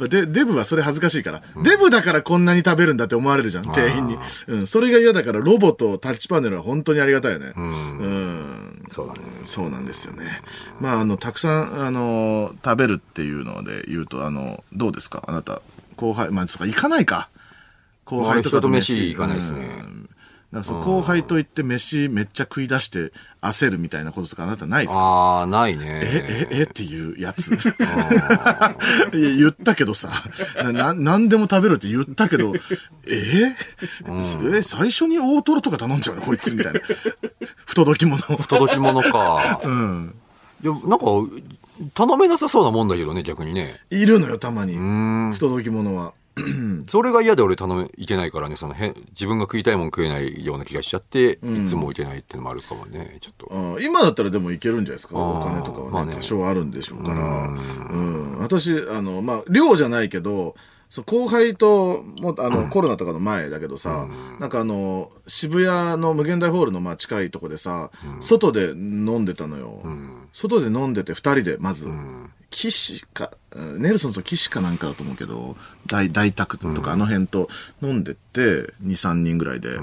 C: ぱデデブはそれ恥ずかしいから、デブだからこんなに食べるんだって思われるじゃん、店員に。うん、それが嫌だからロボとタッチパネルは本当にありがたいよね。うん。
A: そうだね
C: そうなんですよね。まあ、あの、たくさん、あの、食べるっていうので言うと、あの、どうですかあなた、後輩、まあ、そうか、行かないか。後輩とかと
A: 俺人と飯行かないですね
C: うんだからそう後輩と行って飯めっちゃ食い出して焦るみたいなこととかあなたないですか
A: ああ、ない
C: え
A: ね。、
C: え、えっていうやつ。いや 言ったけどさ、な、な何でも食べるって言ったけど、ええ、最初に大トロとか頼んじゃうのこいつみたいな。 不届き者。
A: 届き物か。
C: うん。
A: いや、なんか、頼めなさそうなもんだけどね、逆にね。
C: いるのよ、たま
A: う
C: に。
A: ん
C: 不。届き者は。
A: それが嫌で俺頼め、いけないからね、その変、自分が食いたいもん食えないような気がしちゃって、いつもいけないってのもあるかもね、ちょっと。
C: うん今だったらでもいけるんじゃないですか。
A: あー
C: お金とかはね、
A: まあね
C: 多少あるんでしょうから。うん。私、あの、まあ、量じゃないけど、そう後輩と、もあの、コロナとかの前だけどさ、なんかあの、渋谷の無限大ホールのまあ近いとこでさ、外で飲んでたのよ。外で飲んでて、二人で、まず。岸か、うんネルソンズと岸かなんかだと思うけど、大、大宅とかあの辺と飲んでって、2、3人ぐらいで、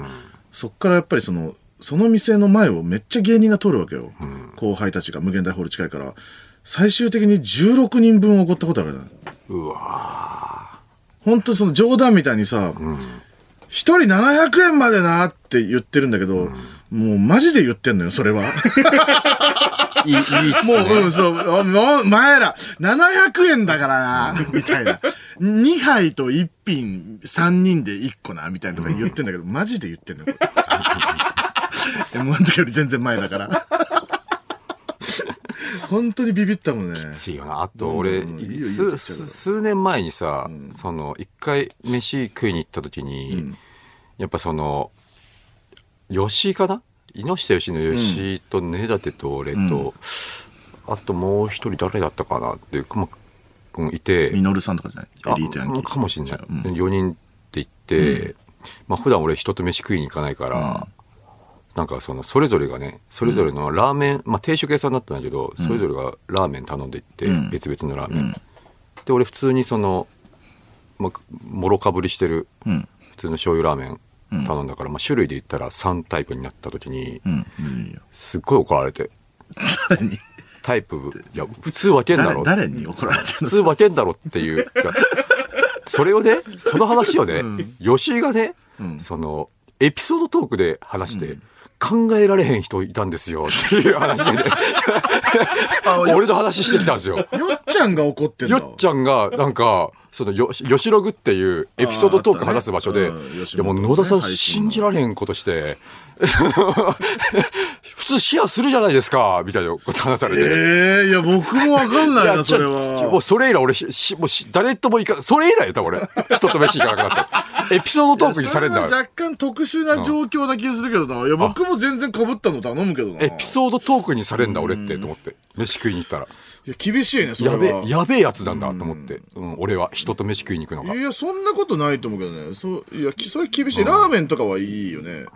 C: そっからやっぱりその、その店の前をめっちゃ芸人が通るわけよ。後輩たちが無限大ホール近いから、最終的に16人分おごったことあるじゃない。
A: うわ
C: 本当にその冗談みたいにさ、一、人700円までなって言ってるんだけど、もうマジで言ってんのよ、それは。
A: ぁいい、いいっす
C: もう、
A: ね。
C: うん、そう、おもう、前ら、700円だからな、みたいな。2杯と1品、3人で1個な、みたいなとか言ってんだけど、マジで言ってんのよ。M1 の時より全然前だから。本当にビビったもんね。
A: ついよな。あと、俺、
C: うんうんいいよいい
A: 数、
C: よ
A: 数数年前にさ、その、一回飯食いに行った時に、やっぱその、吉井かな猪下吉井の吉井と根立と俺と、あともう一人誰だったかなっていう、まあうんいて、
C: ミノルさんとかじゃないエリートヤンキー。
A: あかもしんない。
C: うん
A: 4人って言って、まあ普段俺人と飯食いに行かないから、なんかその、それぞれがね、それぞれのラーメン、まあ定食屋さんだったんだけど、それぞれがラーメン頼んでいって、
C: うん
A: 別々のラーメン。
C: うん
A: で、俺普通にその、まあ、もろかぶりしてる、
C: うん。
A: 普通の醤油ラーメン頼んだから、まあ種類で言ったら3タイプになった時に、
C: うん。いいよ
A: すっごい怒られて、
C: 誰に
A: タイプ、いや、普通分けんだろ
C: 誰誰に怒られてる
A: 普
C: の
A: 通分けんだろっていう。それをね、その話をね、吉井がね、その、エピソードトークで話して、考えられへん人いたんですよっていう話 でね、俺の話してきたんですよ。
C: よっちゃんが怒ってんだ。
A: よっちゃんが、なんか、そのよ、よしろぐっていうエピソードトーク
C: あーあったね
A: 話す場所で、
C: うん
A: いやもう野田さん
C: 吉本のね
A: 信じられへんことして、 普通シェアするじゃないですか、みたいなこと話されて。
C: ええいや、僕もわかんない
A: い
C: な、
A: やちょ
C: それ
A: ちょもう
C: は。
A: それ以来俺しし、もうし誰とも行か、それ以来やった俺。人と飯行かなくな った。エピソードトークにされるんだ
C: いやそは若干特殊な状況な気がするけどな。いや、僕も全然被ったの頼むけどな。
A: エピソードトークにされんだ俺って、と思って。飯食いに行ったら。
C: いや、厳しいね、それ
A: や
C: は。
A: べえ、やべえやつなんだと思って。うん、俺は人と飯食いに行くのが
C: い。や、そんなことないと思うけどね。そう、いや、きそれ厳しい。ラーメンとかはいいよね。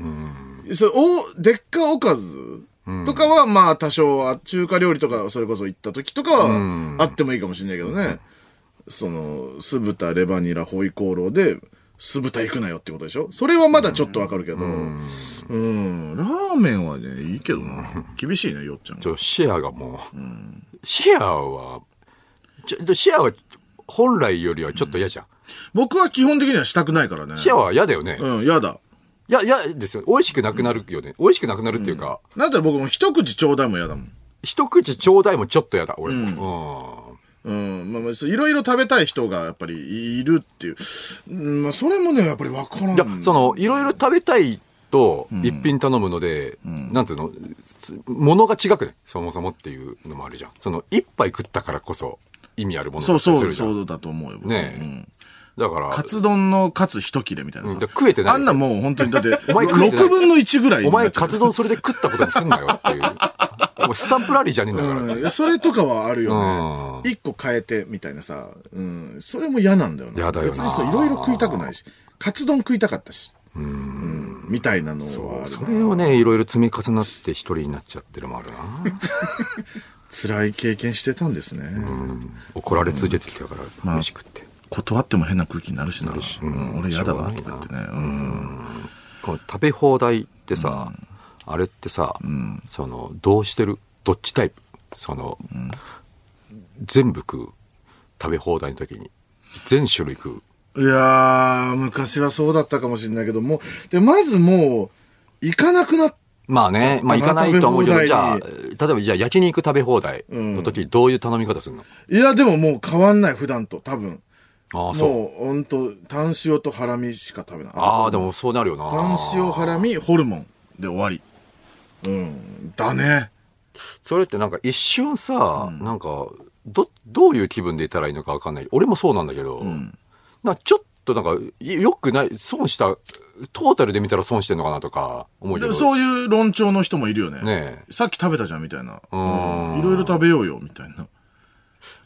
C: それ、お、でっかおかずとかは、まあ、多少は、中華料理とか、それこそ行った時とかは、あってもいいかもしれないけどね。その、酢豚、レバニラ、ホイコーローで、酢豚行くなよってことでしょそれはまだちょっとわかるけど。うん。ラーメンはね、いいけど な。厳しいね、よっちゃん
A: ち。ょ、シェアがもう、シェアは、ちょ、シェアは、本来よりはちょっと嫌じゃん。
C: 僕は基本的にはしたくないからね。
A: シェアは嫌だよね。
C: うん、やだ。
A: いや、嫌ですよ。美味しくなくなるよね。美味しくなくなるっていうか、
C: なんだったら僕も一口ちょうだいもやだもん。
A: 一口ちょうだいもちょっと嫌だ、俺も。うん
C: うん、まあまあ、そういろいろ食べたい人がやっぱりいるっていう。うん、まあ、それもね、やっぱりわからん。
A: いや、その、いろいろ食べたいと、一品頼むので、なんていうの、つ物が違くね、そもそもっていうのもあるじゃん。その、一杯食ったからこそ、意味あるものだ
C: そう
A: ったりす
C: そ
A: る
C: う、
A: じゃん。
C: そうだと思うよ。僕
A: ねえ
C: うん
A: だから、
C: カツ丼のカツ一切れみたいな
A: う
C: さ
A: んだから食えてない
C: あんなもう本当に、だって、
A: お前食えてない
C: 6分の1ぐらい。
A: お前、カツ丼それで食ったことにすんなよってい う。もうスタンプラリーじゃねえんだから。
C: うんいやそれとかはある
A: うん
C: よね。一個変えてみたいなさ。うん。それも嫌なんだよな。
A: 嫌だよな
C: 別にそう、いろいろ食いたくないし。カツ丼食いたかったし。うん。みたいなのはあ
A: そ
C: る
A: れをね、いろいろ積み重なって一人になっちゃってるのもあるな。
C: 辛い経験してたんですね。
A: 怒られ続けてきたから、
C: あ
A: 飯食って。
C: 断っても変な空気になるしな。うん俺嫌だわ、
A: しょ
C: と
A: うが
C: か
A: ないな
C: ってね。うん。
A: この食べ放題ってさ、あれってさ、そのどうしてるどっちタイプその、全部食う食べ放題の時に全種類食う
C: いやー、昔はそうだったかもしれないけども、で、まずもう、行かなくなっ
A: まあね、まあ行かないとは思うけ
C: 食
A: ど、
C: べ
A: じゃ
C: 放
A: あ、例
C: 題
A: えばじゃあ焼肉食べ放題の時、どういう頼み方するの、
C: いや、でももう変わんない、普段と、多分。
A: ああ、そう。
C: もう、ほんと、単塩とハラミしか食べない。
A: ああ、でもそうなるよな。
C: 単塩、ハラミ、ホルモンで終わり。うん。だね。
A: それってなんか一瞬さ、なんか、ど、どういう気分でいたらいいのかわかんない。俺もそうなんだけど、なんかちょっとなんか、よくない、損した、トータルで見たら損してんのかなとか、思うけ
C: で
A: ど。
C: もそういう論調の人もいるよね。
A: ねえ
C: さっき食べたじゃん、みたいな。
A: ん
C: うんいろいろ食べようよ、みたいな。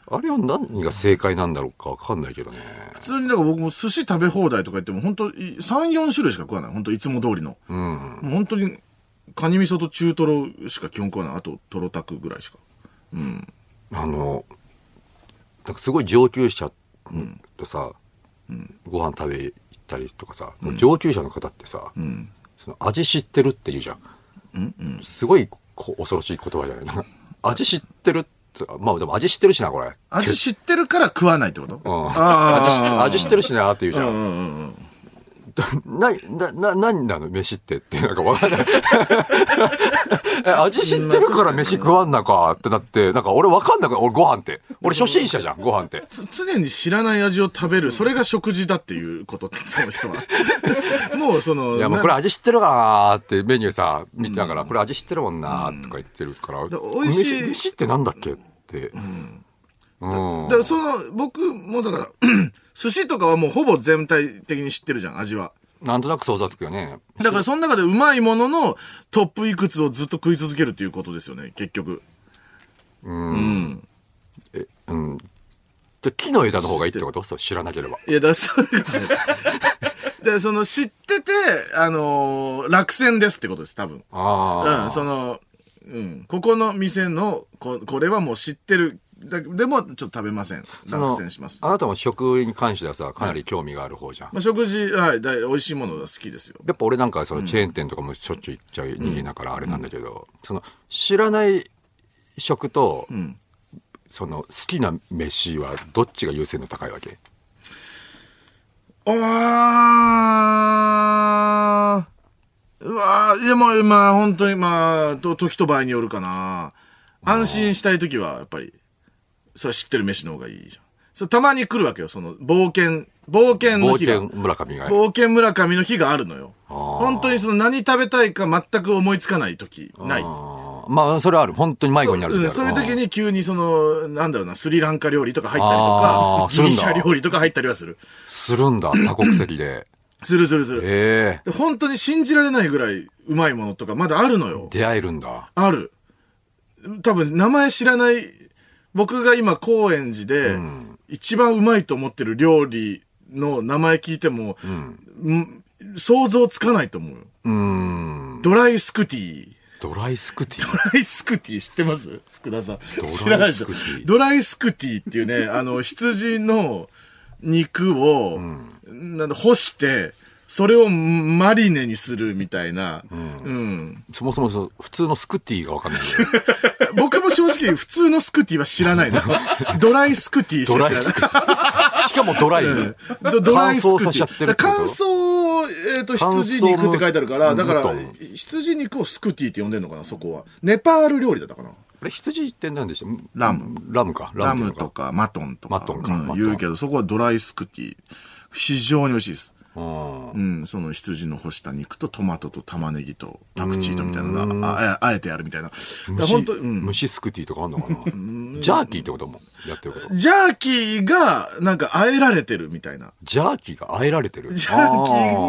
A: あれは何が正解なんだろうかわかんないけどね。
C: 普通に、だから僕も寿司食べ放題とか言っても、本当3、4種類しか食わない。本当いつも通りの。
A: うん。
C: もう本当に、カニ味噌と中トロしか基本食わない。あと、トロタクぐらいしか。
A: あの、なんかすごい上級者とさ、ご飯食べ行ったりとかさ、上級者の方ってさ、その味知ってるって言うじゃん。すごいこ恐ろしい言葉じゃないな。味知ってるって、まあでも味知ってるしな、これ。
C: 味知ってるから食わないってこと
A: うん
C: あー
A: 味知味知ってるしなって言うじゃ。
C: うんんうんうん。
A: な、な、な、何なの飯ってって、なんかわ かんない。え味知ってるから飯食わんなかってなって、なんか俺わかんなくない俺ご飯って。俺初心者じゃん、ご飯って。
C: つ常に知らない味を食べる、それが食事だっていうことって、その人は。 もうその、
A: いや、もう
C: な
A: これ味知ってるかなーってメニューさ、見てながら、これ味知ってるもんなーとか言ってるから、
C: だ美味しい
A: 飯飯ってなんだっけって。うん。
C: だからその、僕もだから、 寿司とかはもうほぼ全体的に知ってるじゃん、味は。
A: なんとなく想像つくよね。
C: だからその中でうまいもののトップいくつをずっと食い続けるっていうことですよね、結局。
A: うん。で木の枝の方がいいってことそう、知らなければ。
C: いや、だからそういうこと です。だからその知ってて、あのー落選ですってことです、多分。
A: ああ。
C: うん、その、うん、ここの店のこ、これはもう知ってる。だでも、ちょっと食べません。
A: その
C: 落選します。
A: あなたも食に関してはさ、かなり興味がある方じゃん。
C: まあ、食事、はい、だい美味しいものが好きですよ。
A: やっぱ俺なんかそのチェーン店とかもしょっちゅう行っちゃう人間だからあれなんだけど、その知らない食と、その好きな飯はどっちが優先度高いわけ
C: あーうわーいや、まあ、まあ、本当に、まあ、と、時と場合によるかな。安心したい時は、やっぱり、それは知ってる飯の方がいいじゃん。そう、たまに来るわけよ、その、冒険、冒険の
A: 冒
C: 日が。
A: 険村上が。
C: 冒険村上の日があるのよ。
A: ー
C: 本当にその何食べたいか全く思いつかない時、ない。
A: あーまあ、それはある。本当に迷子になる時あ
C: うん
A: る。
C: そういう時
A: ん。
C: に急にその、なんだろうな、スリランカ料理とか入ったりと
A: あ
C: か
A: ー、す
C: ギ
A: るん
C: リ
A: だ
C: シャ料理とか入ったりはする。
A: する んだ、多国籍で。
C: するするする。
A: ええ
C: で本当に信じられないぐらいうまいものとかまだあるのよ。
A: 出会えるんだ。
C: ある。多分名前知らない、僕が今高円寺で、一番うまいと思ってる料理の名前聞いても、うん想像つかないと思うよ。
A: うーん。
C: ドライスクティー。
A: ドライスクティ
C: ド
A: ー。
C: ライスクティー知ってます福田さん。
A: ライスクティー
C: 知らないでしょ。ドライスクティーっていう ね、あの、羊の肉を、なんだ、干して、それをマリネにするみたいな。うん。
A: そもそもそう普通のスクティーがわかんない。
C: 僕も 正直、普通のスクティーは知らないの。ドライスクティーし
A: ドラ
C: か知
A: イ
C: らな
A: ス
C: い
A: クティー。しかもドライ。
C: ドドライスク
A: 乾
C: テ
A: 燥させちゃって
C: ィ
A: るっ
C: ー。
A: てこと
C: 乾燥を、えっ、と、
A: 乾燥の
C: 羊肉って書いてあるから、だから
A: うんうん、
C: 羊肉をスクティーって呼んでんのかな、そこは。ネパール料理だったかな。
A: これ羊って何でした
C: ラム。
A: ラムか。
C: ラ
A: ムってい
C: ム
A: うの
C: と。かマトンとか
A: マトンか
C: う
A: マ
C: ん
A: トン
C: 言うけど、そこはドライスクティー。非常に美味しいです。
A: うん
C: うん、その羊の干した肉とトマトと玉ねぎとパクチーとみたいなのが、あああえてやるみたいな。だから
A: 虫
C: 本当、うん。
A: 虫スクティーとかあんのかなジャーキーってこともやってること。
C: ジャーキーが、なんか、あえられてるみたいな。
A: ジャーキーがあえられてる。
C: ジャー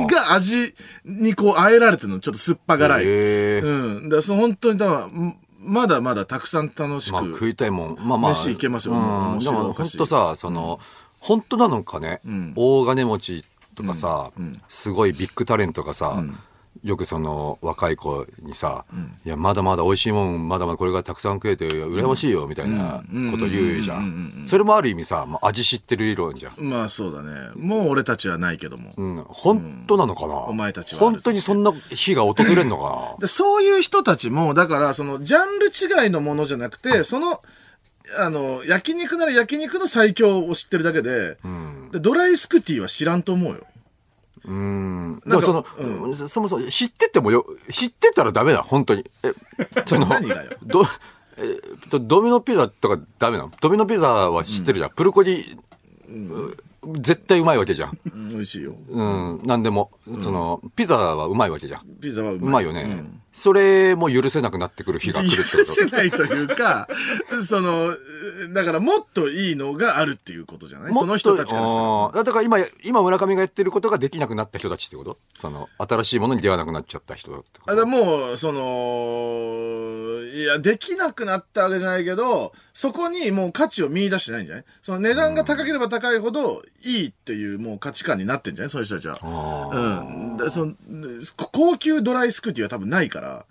C: キーが味にこう、あえられてるの、ちょっと酸っぱ辛い。
A: へー
C: うん。だからその本当に、だからんまだまだたくさん楽しく。
A: まあ食いたいもん。まあまあ。
C: 飯いけますよ
A: うん
C: 面
A: で
C: 白い
A: も
C: お菓
A: 本
C: 子
A: 当さ、その、本当なのかね、大金持ちとかさ、すごいビッグタレントがさ、よくその若い子にさ、いや、まだまだ美味しいもん、まだまだこれがたくさん食えて、羨ましいよ、みたいなこと言うじゃん。それもある意味さ、まあ味知ってる理論じゃん。
C: まあそうだね。もう俺たちはないけども。
A: うん、本当なのかな、
C: お前たちは
A: 本当にそんな日が訪れるのかな
C: でそういう人たちも、だから、その、ジャンル違いのものじゃなくて、その、あの、焼肉なら焼肉の最強を知ってるだけで、でドライスクティーは知らんと思うよ。
A: うん。で
C: なん
A: も
C: か
A: その、そそもそも知っててもよ、知ってたらダメなの本当に。 え、その、
C: 何がよ
A: ど、えっと、ドミノピザとかダメなのドミノピザは知ってるじゃん。プルコギ、う絶対うまいわけじゃん。
C: うん美味しいよ。
A: うん、なんでも、その、ピザはうまいわけじゃん。
C: ピザはう
A: うまいよね。それも許せなくなってくる日が来るってこ
C: 許
A: と。
C: せないというか、その、だからもっといいのがあるっていうことじゃない
A: もっ
C: そ
A: と
C: の人たちからしたら。
A: あーだから今、今村上がやってることができなくなった人たちってことその、新しいものに出会わなくなっちゃった人だってこと
C: あだからもう、その、いや、できなくなったわけじゃないけど、そこにもう価値を見出してないんじゃないその値段が高ければ高いほどいいっていうもう価値観になってんじゃないそういう人たちは。うん。だその高級ドライスクーティーは多分ないから。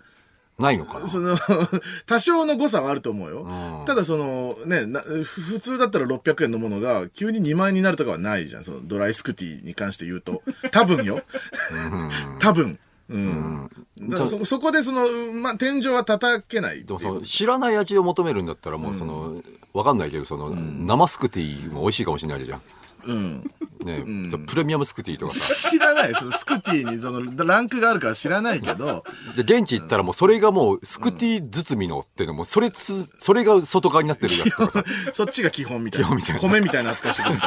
A: ないのかな
C: その、 多少の誤差はあると思うよ。ただその、ね、なふ普通だったら600円のものが急に2万円になるとかはないじゃん。そのドライスクティーに関して言う と。多分よ。多分。うん。だからそ、そこでその、うんまあ、天井は叩けないっ
A: で
C: ていう
A: もその知らない味を求めるんだったらもうその、わかんないけどその、生スクティーも美味しいかもしれないじゃん。
C: うん。
A: ね、プレミアムスクティーとかさ。
C: 知らない。そのスクティーにその、ランクがあるから知らないけど、
A: で現地行ったらもうそれがもうスクティー包みのっていうのもそれつ、それが外側になってるやつとかさ。
C: そっちが基本みたい
A: 基
C: な。
A: 本みたいな
C: 米みたいな扱いしてくるか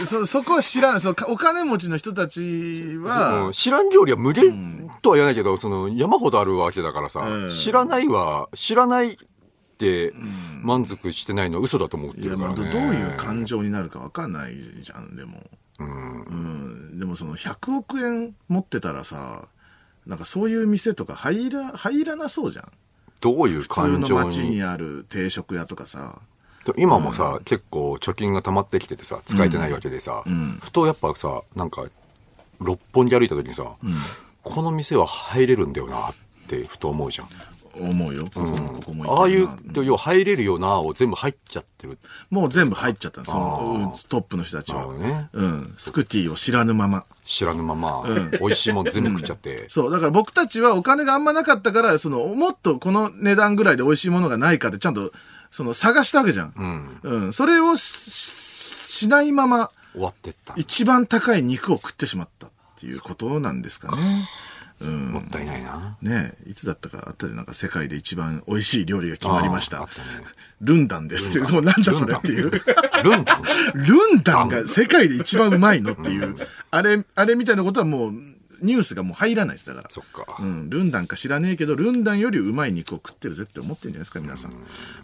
C: ら。そ、そこは知らない。その、かお金持ちの人たちは、
A: うん知らん料理は無限とは言わないけど、その山ほどあるわけだからさ、
C: うん
A: 知らないは、知らないって満足してないのは嘘だと思って
C: いや
A: るか
C: ま
A: ら
C: あど
A: ね。
C: どういう感情になるかわかんないじゃん、でも。うんでもその100億円持ってたらさ、なんかそういう店とか入ら、入らなそうじゃん。
A: どういう
C: 普通
A: 感
C: の
A: 情
C: 街
A: に。
C: にある定食屋とかさ。
A: 今もさ、結構貯金が溜まってきててさ、使えてないわけでさ、ふとやっぱさ、なんか、六本木歩いた時にさ、この店は入れるんだよなってふと思うじゃん。
C: 思うよ。ここも、ここも
A: ああいう
C: 行ってるな、
A: 要は入れるよなを全部入っちゃってる。
C: もう全部入っちゃったのその、うんトップの人たち
A: なる
C: は
A: ほど。ね。
C: うん。スクティを知らぬまま。
A: 知らぬまま、美味しいもん全部食っちゃって。
C: そう。だから僕たちはお金があんまなかったから、その、もっとこの値段ぐらいで美味しいものがないかってちゃんと、その、探したわけじゃん。
A: うん。
C: うん、それをしししないまま、
A: 終わってった。
C: 一番高い肉を食ってしまったっていうことなんですかね。
A: もったいないな。
C: ねえいつだったかあったじゃんなんか世界で一番美味しい料理が決まりまし
A: あーあ
C: た
A: ったね。
C: ルンダンですって、もうなんだそれっていう。
A: ルンダン
C: ルンダンが世界で一番うまいのっていう、あれ、あれみたいなことはもう、ニュースがもう入らないです、だから。
A: そっか。
C: うん、ルンダンか知らねえけど、ルンダンよりうまい肉を食ってるぜって思ってるんじゃないですか、皆さん。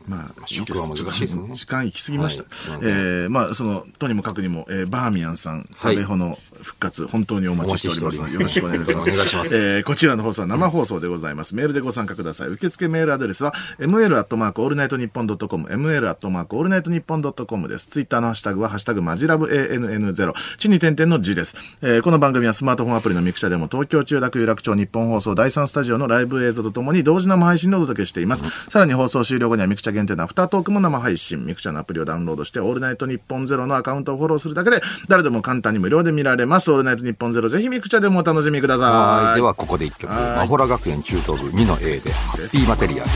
C: まあ、
A: 食は難しいですね
C: ちょっと時間行き過ぎました。
A: はい
C: えーまあ、その、とにもかくにも、えーバーミヤンさん、
A: はい
C: 食べほの復活、本当にお待ちしておりますので、よ
A: お
C: ろ
A: 待ちして
C: しくお
A: お
C: 願
A: り
C: い
A: ます
C: します。
A: お願いします
C: えーこちらの放送は生放送でございます。メールでご参加ください。受付メールアドレスは、ml アットマークオールナイトニッポンドットコム、ml アットマークオールナイトニッポンドットコムです。ツイッターのハッシュタグは、ハッシュタグマジラブ ANN0、地に点々の字です。えーこの番組はスマートフォンアプリのミクシャでも、東京中楽有楽町日本放送第3スタジオのライブ映像とともに、同時生配信でお届けしています。さらに放送終了後にはミクチャ限定のアフタートークも生配信、ミクチャのアプリをダウンロードして、オールナイトニッポンゼロのアカウントをフォローするだけで、誰でも簡単に無料で見られます。オールナイトニッポンゼロ、ぜひミクチャでもお楽しみくだ
A: は
C: さ
A: い
C: い
A: で。はここで一曲。マホラ学園中等部2の A で、ハッピーマテリアル。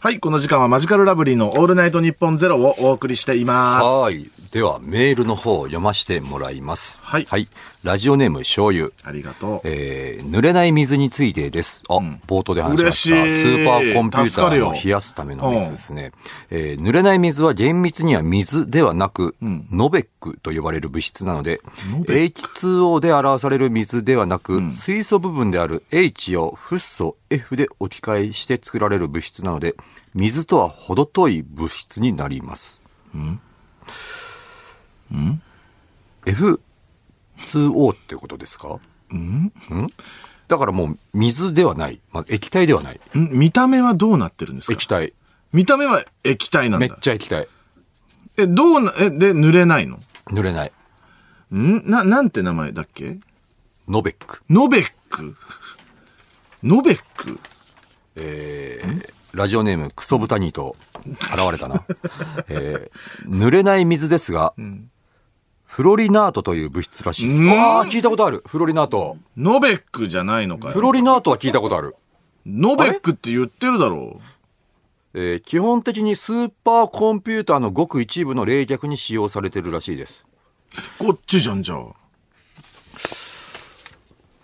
C: はい、この時間はマジカルラブリーのオールナイトニッポンゼロをお送りしています。
A: はい。では、メールの方を読ませてもらいます。
C: はい
A: ラジオネーム醤油。
C: ありがとう。
A: えー、濡れない水についてです。あ、冒頭で話しました。
C: 嬉しい
A: スーパーコンピュー
C: 助
A: タ
C: かる
A: ー
C: よ
A: を冷やすための水ですね。えー濡れない水は厳密には水ではなく、ノベックと呼ばれる物質なので、H2O で表される水ではなく、水素部分である H をフッ素 F で置き換えして作られる物質なので、水とは程遠い物質になります。F2O ってことですかだからもう水ではない。まあ、液体ではない。
C: ん見た目はどうなってるんですか
A: 液体。
C: 見た目は液体なん
A: めっ
C: だ。
A: ちゃ液体。
C: え、どうな、え、で、濡れないの
A: 濡れない。
C: んな、なんて名前だっけ
A: ノベック。
C: ノベックノベック
A: えーラジオネームクソ豚ニート。現れたな。 えー濡れない水ですが、フロリナートという物質らしいです。
C: うん
A: ああ、聞いたことある。フロリナート。
C: ノベックじゃないのか
A: フ
C: よ。
A: ロリナートは聞いたことある。
C: ノベックって言ってるだろ
A: えー基本的にスーパーコンピューターのごく一部の冷却に使用されてるらしいです。
C: こっちじゃん、じゃあ。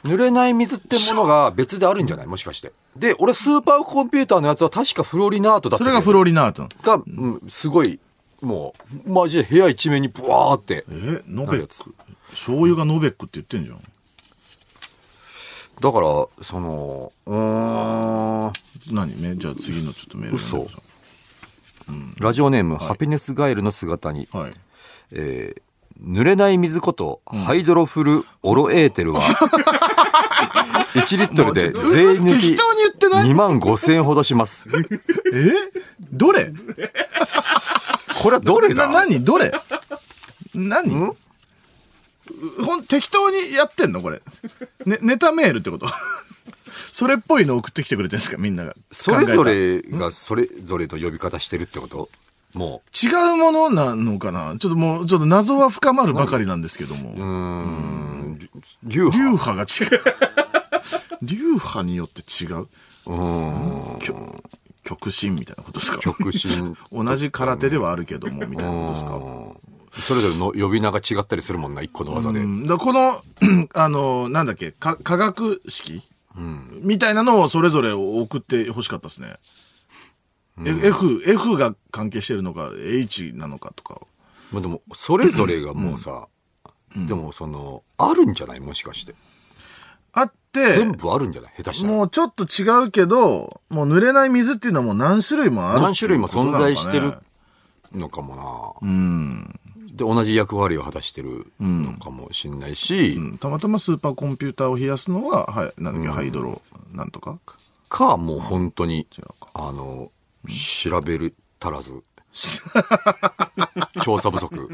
A: 濡れない水ってものが別であるんじゃないもしかして。で、俺スーパーコンピューターのやつは確かフロリナートだった
C: そ
A: け
C: れ
A: ど
C: がフロリナート。
A: が、うん、すごい、もう、マジで部屋一面にブワーって。
C: え、ノベック。醤油がノベックって言ってんじゃん。
A: だから、その、うーん、
C: 何ねじゃあ次のちょっとメール
A: 嘘
C: 読んでくだ
A: ラジオネーム、ハピネスガエルの姿に、
C: さいはい。
A: えー濡れない水こと、ハイドロフルオロエーテル は、1リットルで
C: もうち
A: 税
C: ょっと
A: 抜き
C: 適当に言ってない
A: 2万5千円ほどします。
C: えどれ
A: これはどれ
C: な、
A: だ
C: 何どれ何ほん、適当にやってんのこれ。ね、ネタメールってこと それっぽいの送ってきてくれてんですかみんなが。
A: それぞ
C: 考え
A: れがそれぞれの呼び方してるってことも
C: た。違うものなのかなちょっともう、ちょっと謎は深まるばかりなんですけど
A: う、う
C: も。
A: ーん、流派
C: 流派が違う。 流派によって違う
A: うーん、
C: きょ極真みたいなことですか
A: 極真。
C: 同じ空手ではあるけども、みたいなことですか
A: それぞれの呼び名が違ったりするもんな、一個の技で。
C: うん、だからこの、 あの、なんだっけ、か化学式、みたいなのをそれぞれ送ってほしかったですね、え F、F が関係してるのか、H なのかとか。
A: まあ、でも、それぞれがもうさ、でもその、あるんじゃないもしかして。
C: あって、
A: 全部あるんじゃない下手したら。
C: もうちょっと違うけど、もう濡れない水っていうのはもう何種類もある
A: 何種類も
C: っていう
A: 存
C: ことなのかね
A: 在してるのかもな。
C: うん。
A: で、同じ役割を果たしてるのかもしんないし、
C: うんたまたまスーパーコンピューターを冷やすのは、はい、なんだっけ、ハイドロ、なんとか。
A: か、もう本当に
C: 違うか、
A: あの、調べる足ら ず。調査不足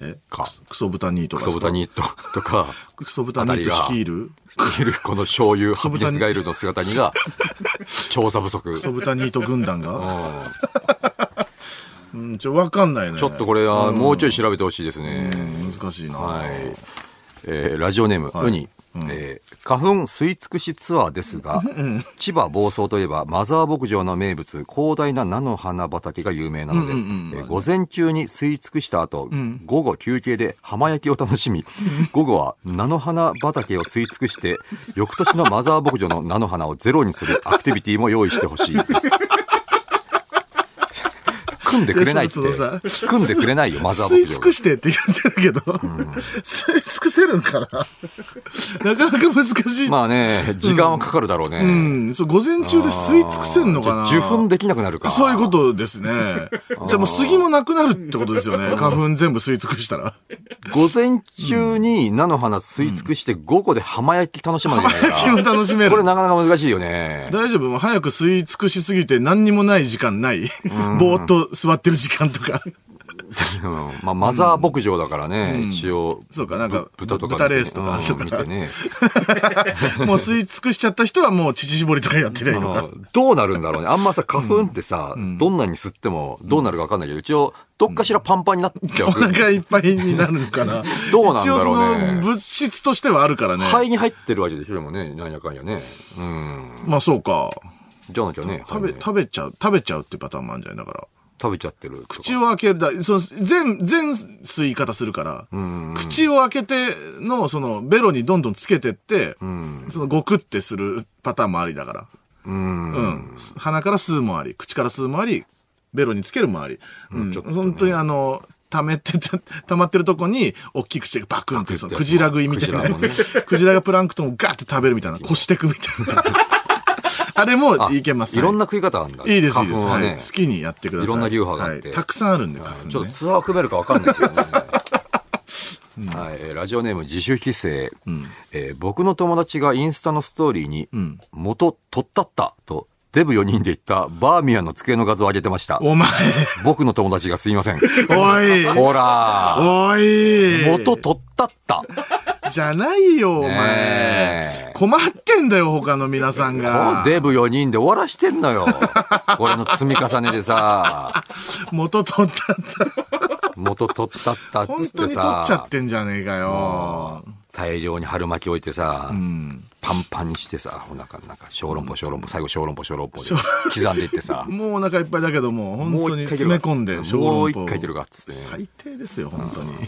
C: え
A: か。
C: クソ豚ニート
A: ク
C: が
A: ソ豚ニットとか、
C: クソ豚ニート率いる
A: いるこの醤油、ハ
C: ソ
A: ピ
C: ブ
A: ネ
C: タニ
A: スガイルの姿に が、調査不足。
C: クソ豚ニート軍団がうん、ちょ、わかんないね。
A: ちょっとこれはもうちょい調べてほしいですね。
C: うん難しいな。
A: はい。えーラジオネーム、ウニ。えー花粉吸い尽くしツアーですが、千葉房総といえばマザー牧場の名物、広大な菜の花畑が有名なので、えー午前中に吸い尽くした後、午後休憩で浜焼きを楽しみ、午後は菜の花畑を吸い尽くして、翌年のマザー牧場の菜の花をゼロにするアクティビティも用意してほしい です。組んでくれないって。
C: いやそのそのさ
A: 組んでくれないよ、マザー
C: 吸
A: 牧
C: い
A: 場
C: 尽
A: が
C: く。してって言ってるけど、 吸い尽くせるんかななかなか難しい。
A: まあね、時間はかかるだろうね。
C: うん、そう、午前中で吸い尽くせんのかな
A: じゃあ受粉できなくなるか。
C: そういうことです ね。じゃあもう杉もなくなるってことですよね。花粉全部吸い尽くしたら。
A: 午前中に菜の花吸い尽くして、午後で浜焼き楽しまなきゃいけない
C: 気分
A: か
C: 楽しめ
A: ら。これ
C: る。
A: なかなか難しいよね。
C: 大丈夫もう早く吸い尽くしすぎて何にもない時間ない。ぼーっと座ってる時間とか。
A: うんまあ、マザー牧場だからね、一応。
C: そうかなんか
A: ぶ豚とか。
C: 豚レースとか
A: うん見てね。
C: もう吸い尽くしちゃった人はもう乳搾りとかやってりゃいいの
A: う
C: か。
A: んどうなるんだろうね。あんまさ、花粉ってさ、どんなに吸ってもどうなるかわかんないけど、一応、どっかしらパンパンになっちゃう
C: お。腹いっぱいになるのかな
A: どうなんだろうね
C: 一応その物質としてはあるからね。
A: 肺に入ってるわけでしょ、でもね、なんやかんやね。うん。
C: まあそうか。
A: じゃなきゃね、
C: 食べ、
A: 肺ね
C: 食べちゃう、食べちゃうってパターンもあるんじゃないだから。
A: 食べちゃってるとか。
C: 口を開けるだ、その、全、全吸い方するから、口を開けての、その、ベロにどんどんつけてって、その、ごくってするパターンもありだから。うん。鼻から吸うもあり、口から吸うもあり、ベロにつけるもあり。うん。本当にあの、溜めて た、溜まってるとこに、大きい口でバクンって、その、クジラ食いみたいなや
A: ク
C: つ
A: ジ
C: クジラがプランクトンをガーって食べるみたいな、こしてくみた いな。あれもいけます、
A: いろんな食い方あるんだ。
C: いいです、い
A: 花
C: いで
A: 粉
C: す。
A: は
C: はい。
A: ね。
C: 好きにやってください。
A: いろんな流派があって
C: はいたくさんあるんで、花粉ね
A: ちょっとツアーは組めるかわかんないけど ね。はい、えーラジオネーム自主規制、えー僕の友達がインスタのストーリーに、元取ったったとデブ4人で言ったバーミヤンの机の画像を上げてました。
C: お前、
A: 僕の友達がすいま せん。
C: おい、
A: ほら
C: おい、
A: 元取ったった
C: じゃないよ、お
A: ねえ
C: 前。困ってんだよ、他の皆さんが。
A: デブ4人で終わらしてんのよ。これの積み重ねでさ、
C: 元取ったった。
A: 元取ったったっ
C: 本
A: つっ
C: 当
A: て
C: に取っちゃ
A: さ
C: っ、てんじゃねえかよ。
A: 大量に春巻き置いてさ、
C: うん。
A: パンパンにしてさ、お腹の中、小籠包、小籠包、最後小籠包、小籠包で刻んでいって さ、
C: もうお腹いっぱいだけども、
A: も
C: 本
A: う一
C: 当に
A: 回いけ
C: 詰
A: る
C: め
A: か
C: 込んで、小
A: もう
C: 籠
A: 一
C: 包。
A: 回いけるかっつって
C: 最低ですよ、本当に。
A: や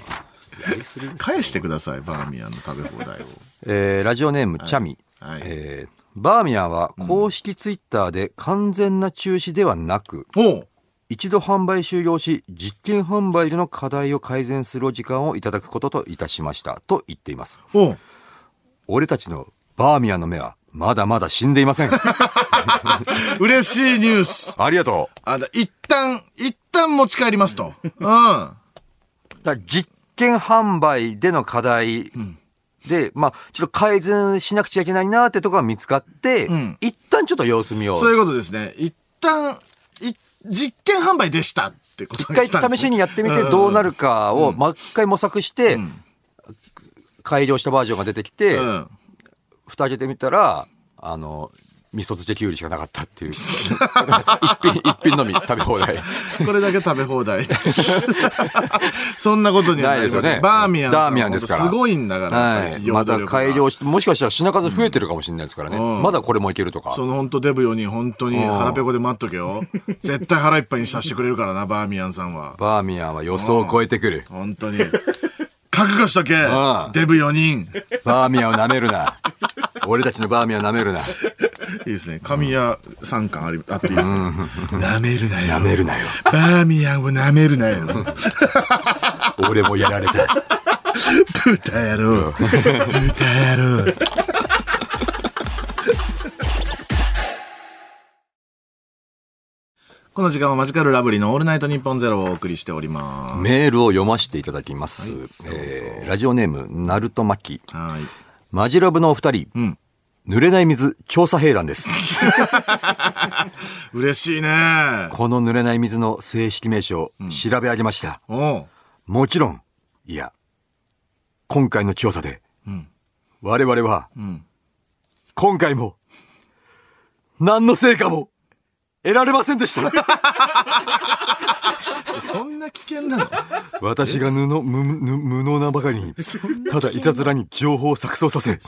A: りすぎです
C: 返してください、バーミヤンの食べ放題を。
A: えーラジオネーム、チャミ。
C: はい
A: えーバーミヤンは公式ツイッターで完全な中止ではなく、
C: おう
A: 一度販売終了し、実験販売での課題を改善するお時間をいただくことといたしました。と言っています。
C: おう
A: 俺たちのバーミヤンの目は、まだまだ死んでいま せん。
C: 嬉しいニュース
A: ありがとう。
C: あだ一旦、一旦持ち帰りますと。うん。
A: だから実験販売での課題で、まあ、ちょっと改善しなくちゃいけないなってところが見つかって、
C: ん
A: 一旦ちょっと様子見よう。
C: そういうことですね。一旦、い実験販売でしたってこと
A: 一
C: に
A: 回
C: したんですね
A: 試しにやってみてどうなるかを、まあ一回模索して、改良したバージョンが出てきて、
C: うんうん
A: 蓋開けてみたら、あの、味噌漬けきゅうりしかなかったっていう。 一品、一品のみ食べ放題。
C: これだけ食べ放題。 そんなことにはな
A: ないです
C: りませ
A: よ
C: ん。
A: ね
C: バーミヤン
A: バーミヤンですから
C: すごいんだから。
A: はい。また改良
C: し
A: して、もしかしたら品数増えてるかもしれないですからね。
C: うん
A: まだこれもいけるとか。
C: その本当デブよに本当に腹ペコで待っとけ よ。絶対腹いっぱいにさせてくれるからな、バーミヤンさんは。
A: バーミヤンは予想を超えてくる。
C: 本当に。覚悟しとけ
A: ん
C: デブ4人
A: バーミヤンを舐めるな。俺たちのバーミヤンを舐めるな。
C: いいですね。神谷三冠ありあっていいですね。舐めるなよ。
A: 舐めるなよ。
C: バーミヤンを舐めるなよ。
A: 俺もやられた。
C: 豚野郎。豚野郎。この時間はマジカルラブリーのオールナイトニッポンゼロをお送りしておりま
A: メールを読ませていただきます。えーラジオネーム、ナルトマキ。
C: す。はい。
A: マジラブのお二人。
C: ん
A: 濡れない水、調査兵団です。
C: 嬉しいね。
A: この濡れない水の正式名称、調べ上げました。
C: おう
A: もちろん、いや、今回の調査で、我々は、
C: ん
A: 今回も、何の成果も、得られませんで した。
C: そんな危険なの
A: 私が布、無、無無能なばかり に、ただいたずらに情報を錯綜させ、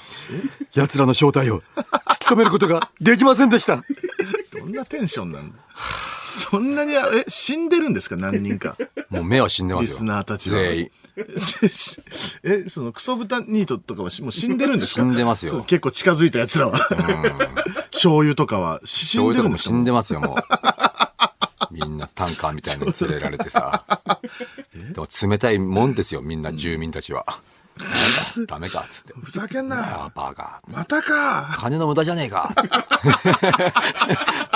A: 奴らの正体を突き止めることができませんでした。
C: どんなテンションなんだそんなに、え、死んでるんですか何人か。
A: もう目は死んでますよ。
C: リスナーたちは
A: 全員。
C: え、そのクソ豚ニートとかはしもう死んでるんですか
A: 死んでますよ
C: そう結構近づいた奴らは。 醤油とかはし死
A: 醤
C: んで
A: 油とか
C: るん
A: も
C: です
A: 死
C: か
A: んでますよ、 もう。みんなタンカーみたいなのに連れられてさ。でも冷たいもんですよ、みんな住民たちは。なんだダメか、つって。
C: ふざけんな
A: あーバーガー。
C: またか
A: 金の無駄じゃねえか。 つって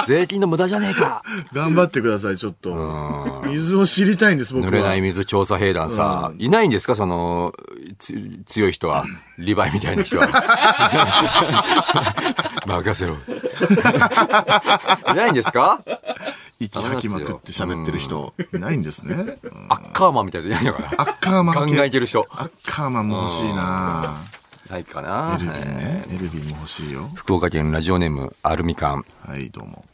A: 税金の無駄じゃねえか。
C: 頑張ってください、ちょっと。水を知りたいんです、僕は。
A: 濡れない水調査兵団さ、いないんですかその、つ強い人は、リヴァイみたいな 人は。任せろ。いないんですか
C: 息吐きまくって喋ってる人、いないんですね。うん
A: アッカーマンみたいなやついないのか
C: ア
A: な
C: ッカーマン
A: 考
C: 系
A: えてる人。
C: アッカーマンも欲しいな
A: ないかな
C: エルビンね。エルビンも欲しいよ。
A: 福岡県ラジオネームアルミカン。
C: はい、どうも。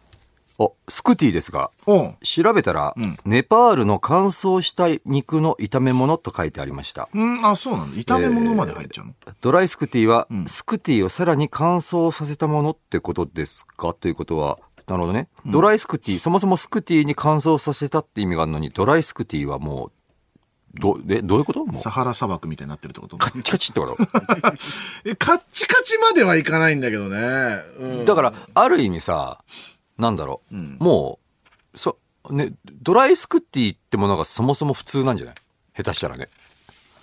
A: お、スクティですが、
C: おう
A: 調べたら、ネパールの乾燥した肉の炒め物と書いてありました。
C: うん、あ、そうなんだ。炒め物まで入っちゃうの、
A: ドライスクティは、スクティをさらに乾燥させたものってことですかということは、なるほどね。ドライスクティ、そもそもスクティに乾燥させたって意味があるのに、ドライスクティはもう、ど、え、どういうこともう
C: サ、ハラ砂漠みたいになってるってこと
A: カッチカチってこと
C: え、カッチカチまではいかないんだけどね。うん。
A: だから、ある意味さ、なんだろう、もう、そ、ね、ドライスクティーってものがそもそも普通なんじゃない下手したらね。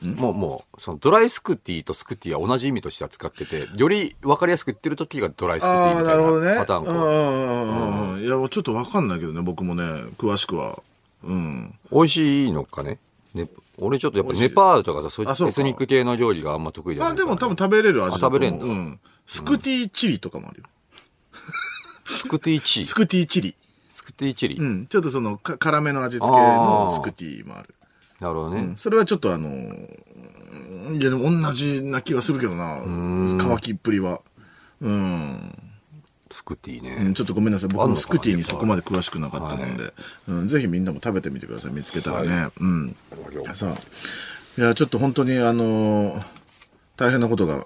A: もう、もう、そのドライスクティーとスクティーは同じ意味として扱ってて、より分かりやすく言ってる時がドライスクティ
C: あ
A: ー
C: あ、
A: み
C: なるほど
A: たい
C: ね。
A: なパターンこ
C: う
A: うん
C: うんうんうん。いや、ちょっとわかんないけどね、僕もね、詳しくは。うん。
A: 美味しいのかねね俺ちょっとやっぱ
C: 美味しい
A: ネパールとかさ、そうい
C: あそう
A: う
C: か
A: エスニック系の料理があんま得意じゃ
C: ま
A: な
C: あ
A: い
C: でも多分
A: 多分
C: 食べれる味だと思
A: あ食べ
C: う。
A: れんだ
C: うん。スクティチリとかもあるよ。
A: スクティーチリ。
C: スクティチリ。
A: スクティーチリ。
C: うん。ちょっとその、か辛めの味付けのスクティもある。
A: なるほどね。
C: うんそれはちょっとあのーいやでも同じな気はするけどな。乾きっぷりは。うん。
A: スクティーね。
C: うんちょっとごめんなさい。僕
A: あん
C: も
A: のかな
C: スクティにそこまで詳しくなかったもんで、うん、ぜひみんなも食べてみてください。見つけたらね。うん。さあ、いや、ちょっと本当にあのー大変なことが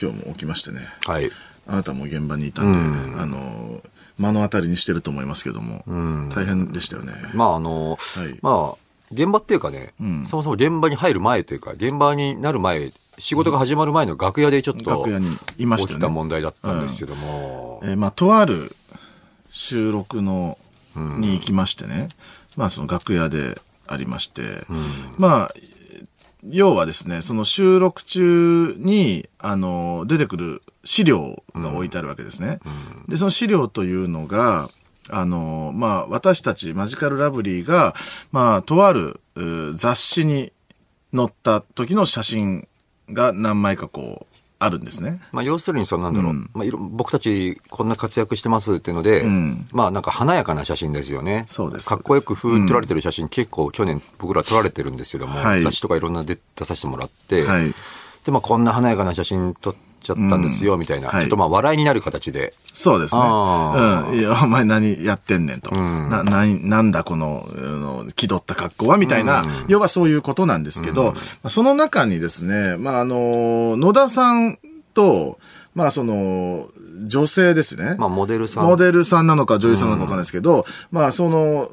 C: 今日も起きましてね。
A: はい。
C: あなたも現場にいたんで、あの、目の当たりにしてると思いますけども、大変でしたよね。
A: まあ、あの、
C: はい
A: まあ、現場っていうかね、
C: ん
A: そもそも現場に入る前というか、現場になる前、仕事が始まる前の楽屋でちょっと、
C: 楽屋にいましたよ
A: 起き
C: ね
A: た問題だったんですけども、
C: えーまあ、とある収録の、に行きましてね、まあ、その楽屋でありまして、まあ、要はですね、その収録中に、あの、出てくる資料が置いてあるわけですね。で、その資料というのが、あの、まあ、私たちマジカルラブリーが、まあ、とあるうー雑誌に載った時の写真が何枚かこう、あるんですね。
A: まあ、要するに、そのなんだろう、まあいろ、僕たちこんな活躍してますっていうので、
C: ん
A: まあなんか華やかな写真ですよね。
C: そうです
A: かっこよくふーっと撮られてる写真、結構去年僕ら撮られてるんですけども、
C: はい
A: 雑誌とかいろんなで出させてもらって、
C: はい。
A: で、まあこんな華やかな写真撮っちゃったんですよ、みたいな、
C: はい
A: ちょっとまあ笑いになる形で、
C: そうですね。
A: あ
C: うん。いや、お前何やってんねんと。な、な、なんだこの、あの気取った格好はみたいな、要はそういうことなんですけど、まあその中にですね、まあ、あの、野田さんと、まあ、その、女性ですね。
A: まあモデルさん
C: モデルさんなのか女優さんなのかわかんないですけど、まあ、その、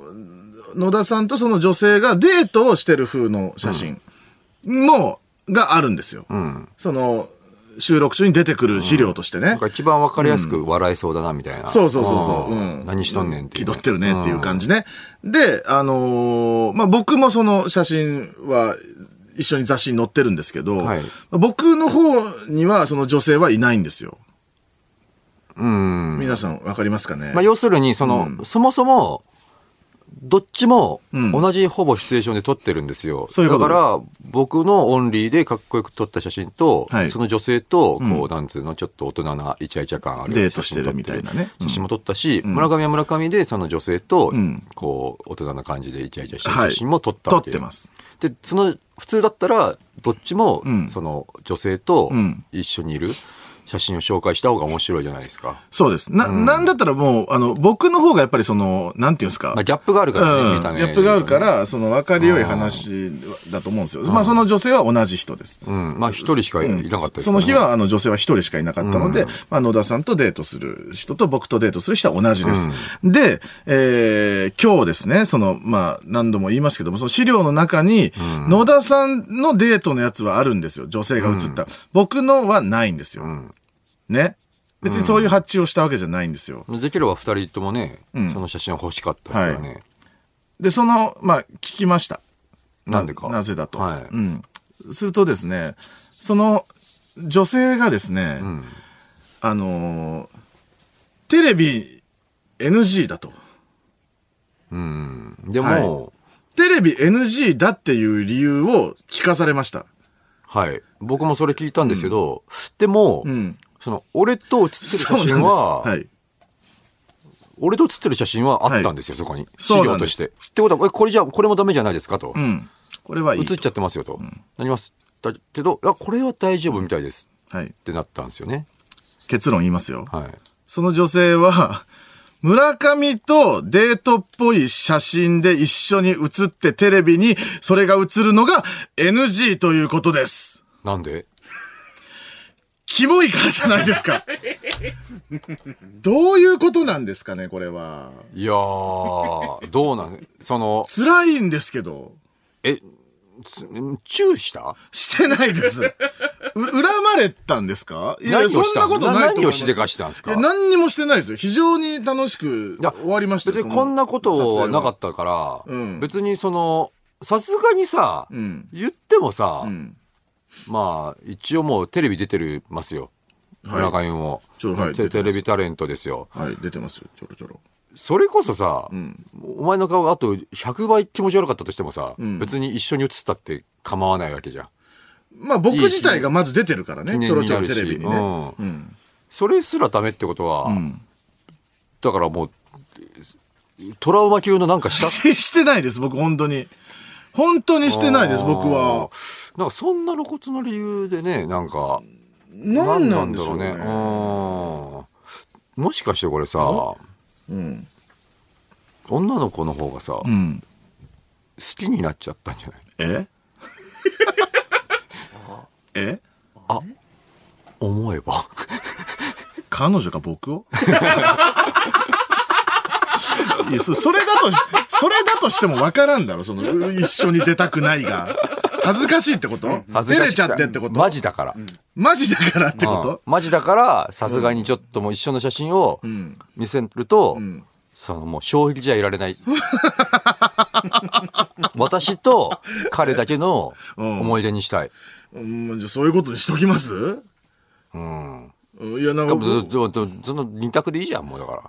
C: 野田さんとその女性がデートをしてる風の写真も、があるんですよ。その、収録中に出てくる資料としてね。
A: なんか一番わかりやすく笑えそうだな、みたいな。
C: そうそうそうそう。うん、
A: 何しとんねんっていう。
C: 気取ってるねっていう感じね。で、あのーまあ、僕もその写真は一緒に雑誌に載ってるんですけど、
A: はい
C: 僕の方にはその女性はいないんですよ。
A: うん。
C: 皆さんわかりますかね、
A: まあ、要するに、その、そもそも、どっちも
C: ん
A: 同じほぼシチュエーションで撮ってるんですよ。
C: そういうこと
A: だ
C: です
A: から、僕のオンリーでかっこよく撮った写真と、
C: はい
A: その女性と、こう、
C: う
A: なんつうの、ちょっと大人なイチャイチャ感ある
C: デート
A: 写真
C: してるみたいなね
A: 写真も撮ったし、村上は村上でその女性と、
C: ん
A: こう、大人な感じでイチャイチャしてる写真も撮った
C: 撮
A: わ
C: っ
A: け、
C: てます。
A: で、その、普通だったら、どっちも、
C: ん
A: その、女性と
C: うん
A: 一緒にいる写真を紹介した方が面白いじゃないですか。
C: そうです。な、なんだったらもう、あの、僕の方がやっぱりその、なんていうんですか。
A: まあ、ギャップがあるからね、
C: うん、
A: 見た目。
C: ギャップがあるから、その分かりよい話だと思うんですよ。まあその女性は同じ人です。
A: うん。まあ、一人しかいなかったですからね
C: その日、は、あの、女性は一人しかいなかったので、まあ、野田さんとデートする人と僕とデートする人は同じです。で、えー今日ですね、その、まあ、何度も言いますけども、その資料の中に、野田さんのデートのやつはあるんですよ。女性が写った。僕のはないんですよ。ね。別にそういう発注をしたわけじゃないんですよ。
A: できれば二人ともね、その写真は欲しかったですからね。
C: で、その、まあ、聞きました。
A: なんでか。
C: なぜだと、。
A: はいう
C: ん。するとですね、その女性がですね、あのーテレビ NG だと。
A: でも、
C: テレビ NG だっていう理由を聞かされました。
A: はい。僕もそれ聞いたんですけど、でも
C: ん、
A: その、俺と写ってる写真
C: は
A: は、
C: い。
A: 俺と写ってる写真はあったんですよ、そこに。資
C: そうな
A: 料
C: ん
A: と
C: です
A: して。ってことは、えこれじゃ、これもダメじゃないですかと
C: う。ん。これはいい
A: 写
C: と。
A: っちゃってますよと。なります。だけど、いや、これは大丈夫みたいです
C: はい
A: っ。てなったんですよね。
C: 結論言いますよ。
A: はい。
C: その女性は、 村上とデートっぽい写真で一緒に写ってテレビにそれが映るのが NG ということです。
A: なんで
C: キモいからじゃないで すか。どういうことなんですかね、これは。
A: いや ー、どうなん、その、
C: 辛いんですけど、
A: え、つチューした
C: してないです。う恨まれたんですかい
A: 何
C: や、
A: をし
C: そ
A: た
C: んなことないと思
A: 何
C: います
A: をしでかしたんですか
C: いや何にもしてないですよ。非常に楽しく
A: いや
C: 終わりましたよ
A: 別にこんなことはなかったから、
C: うん
A: 別にその、さすがにさ、
C: ん
A: 言ってもさ、
C: ん
A: まあ、一応もうテレビ出てるますよ。
C: はい
A: 村上も、
C: ちょはい
A: テ
C: 出て
A: テ
C: ます
A: レビタレントですよ。
C: た。はい、出てますよ、ちょろちょろ。
A: それこそさ、お前の顔があと100倍気持ち悪かったとしてもさ、
C: ん
A: 別に一緒に映ったって構わないわけじゃん。
C: まあ僕自体がまず出てるからね、
A: 記
C: ち
A: 念
C: ょろ
A: に
C: ちょ
A: な
C: ろ
A: るし
C: テレビにね。
A: うん
C: ん
A: それすらダメってことは、
C: ん
A: だからもう、トラウマ級のなんかした
C: ししてないです、僕、本当に。本当にしてないです、僕は。。
A: なんかそんな露骨な理由でね、なんか、
C: 何なんでしょう
A: な
C: ね。
A: んだろうねうんもしかしてこれさ、
C: うん。
A: 女の子の方がさ、
C: う
A: 好
C: ん。
A: きになっちゃったんじゃない
C: ええ
A: 思えば。
C: 彼女が僕を いやそ、それだとし、それだとしてもわからんだろ、その、う一緒に出たくないが。恥ずかしいってこと
A: 恥ず
C: 照
A: か
C: れ
A: しい
C: ちゃってってこと
A: マジだから。
C: マジだからってこと
A: うんマジだから、さすがにちょっともう一緒の写真を
C: ん
A: 見せると、
C: ん
A: そのもう衝撃じゃいられ ない。私と彼だけの
C: うん
A: 思い出にしたい。
C: うん、じゃあそういうことにしときます
A: うん。
C: うんいや、なん
A: で
C: か
A: も、
C: 僕、
A: でもでもその二択でいいじゃん、もうだから。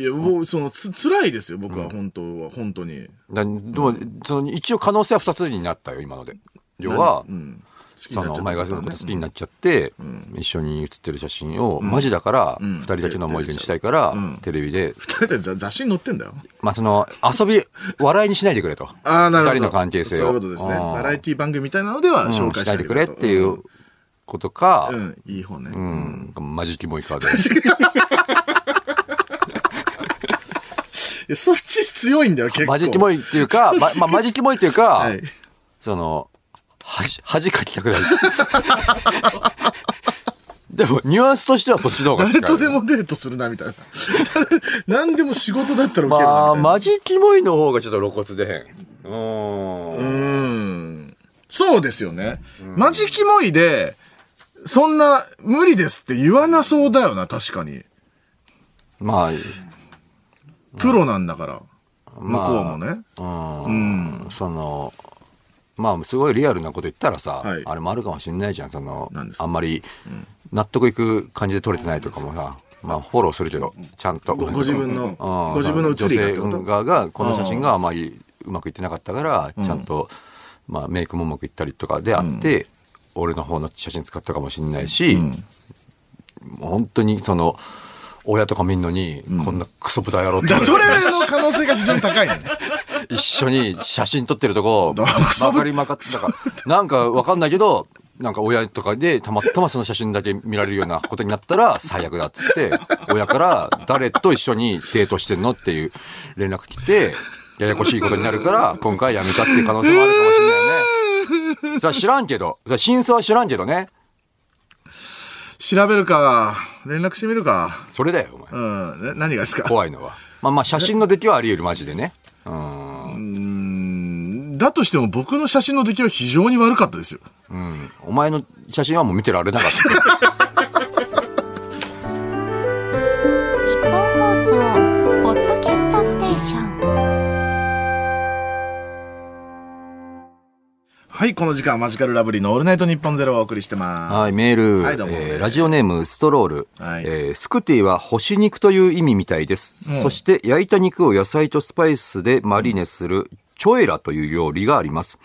C: いや、もう、その、つ、辛いですよ、僕は、本当は、本当に。
A: だでも、その一応可能性は二つになったよ、今ので。要は、
C: うん。好きに
A: そ
C: なっ
A: の
C: ちゃ
A: お
C: っ
A: 前
C: た
A: が
C: こ
A: そ
C: と
A: のこ
C: ね
A: と好きになっちゃって、一緒に写ってる写真を、マジだから、
C: ん
A: 二人だけの思い出にしたいから、テレビで、
C: 二人で雑雑誌に載ってんだよ。
A: まあ、その、遊び、笑いにしないでくれ と。
C: ああ、なるほど。
A: 二人の関係性を。
C: そういうことですね。
A: うん
C: バラエティ番組みたいなのでは
A: うん
C: 紹
A: し
C: 介して
A: な
C: あ
A: いで
C: げ
A: く
C: る
A: れっていうことか
C: う、ん、いい方ね。
A: うん、マジキモイカ で。
C: いやそっち強いんだよ、結構。
A: マジキモイっていう か、ま、まあ、マジキモイっていうか、
C: はい。
A: その、恥、恥かきたくない。 でも、ニュアンスとしてはそっちの方が近
C: 誰
A: い。
C: とでもデートするな、みた いな。誰何でも仕事だったら受ける
A: ま
C: な
A: あ、
C: みたいな。
A: マジキモイの方がちょっと露骨でへん。うーん。
C: うん。そうですよね。マジキモいで、そんな、無理ですって言わなそうだよな、確かに。
A: まあ、
C: プロなんだから。向
A: まあ
C: こうもね。
A: うん、その、まあ、すごいリアルなこと言ったらさ、
C: はい
A: あれもあるかもしれないじゃん、その
C: 何で、すか
A: あんまり納得いく感じで取れてないとかもさ、まあ、フォローするけど、ちゃんと。
C: ごご自分の
A: うん
C: ご自分の写りがってこと
A: 女性側が、この写真があまりうまくいってなかったから、ちゃんと、まあ、メイクもうまくいったりとかであって、俺の方の写真使ったかもしれないし、もう本当に、その、親とか見んのに、こんなクソ豚野郎って
C: じゃあ、それの可能性が非常に高いね。
A: 一緒に写真撮ってるとこ、
C: だからそ
A: ま
C: れ
A: かりまかってたから、なんかわかんないけど、なんか親とかでたまたまその写真だけ見られるようなことになったら最悪だっつって、親から誰と一緒にデートしてんのっていう連絡来て、ややこしいことになるから、今回やめたっていう可能性もあるかもしれないよね。それは知らんけど、それは真相は知らんけどね。
C: 調べるか、連絡してみるか。
A: それだよ、お前
C: う。ん。な何がですか
A: 怖いのは。まあまあ写真の出来はあり得る、マジでね。
C: うんだとしても僕の写真の出来は非常に悪かったですよ。
A: うん。お前の写真はもう見てられなかった。
B: 日本放送ポッドキャストステーション
C: はい、この時間はマジカルラブリーのオールナイトニッポンゼロをお送りしてま
A: はい、メール、
C: はいどうも
A: えーラジオネームストロール、
C: はい
A: えースクティは干し肉という意味みたいです、そして焼いた肉を野菜とスパイスでマリネするチョエラという料理があります、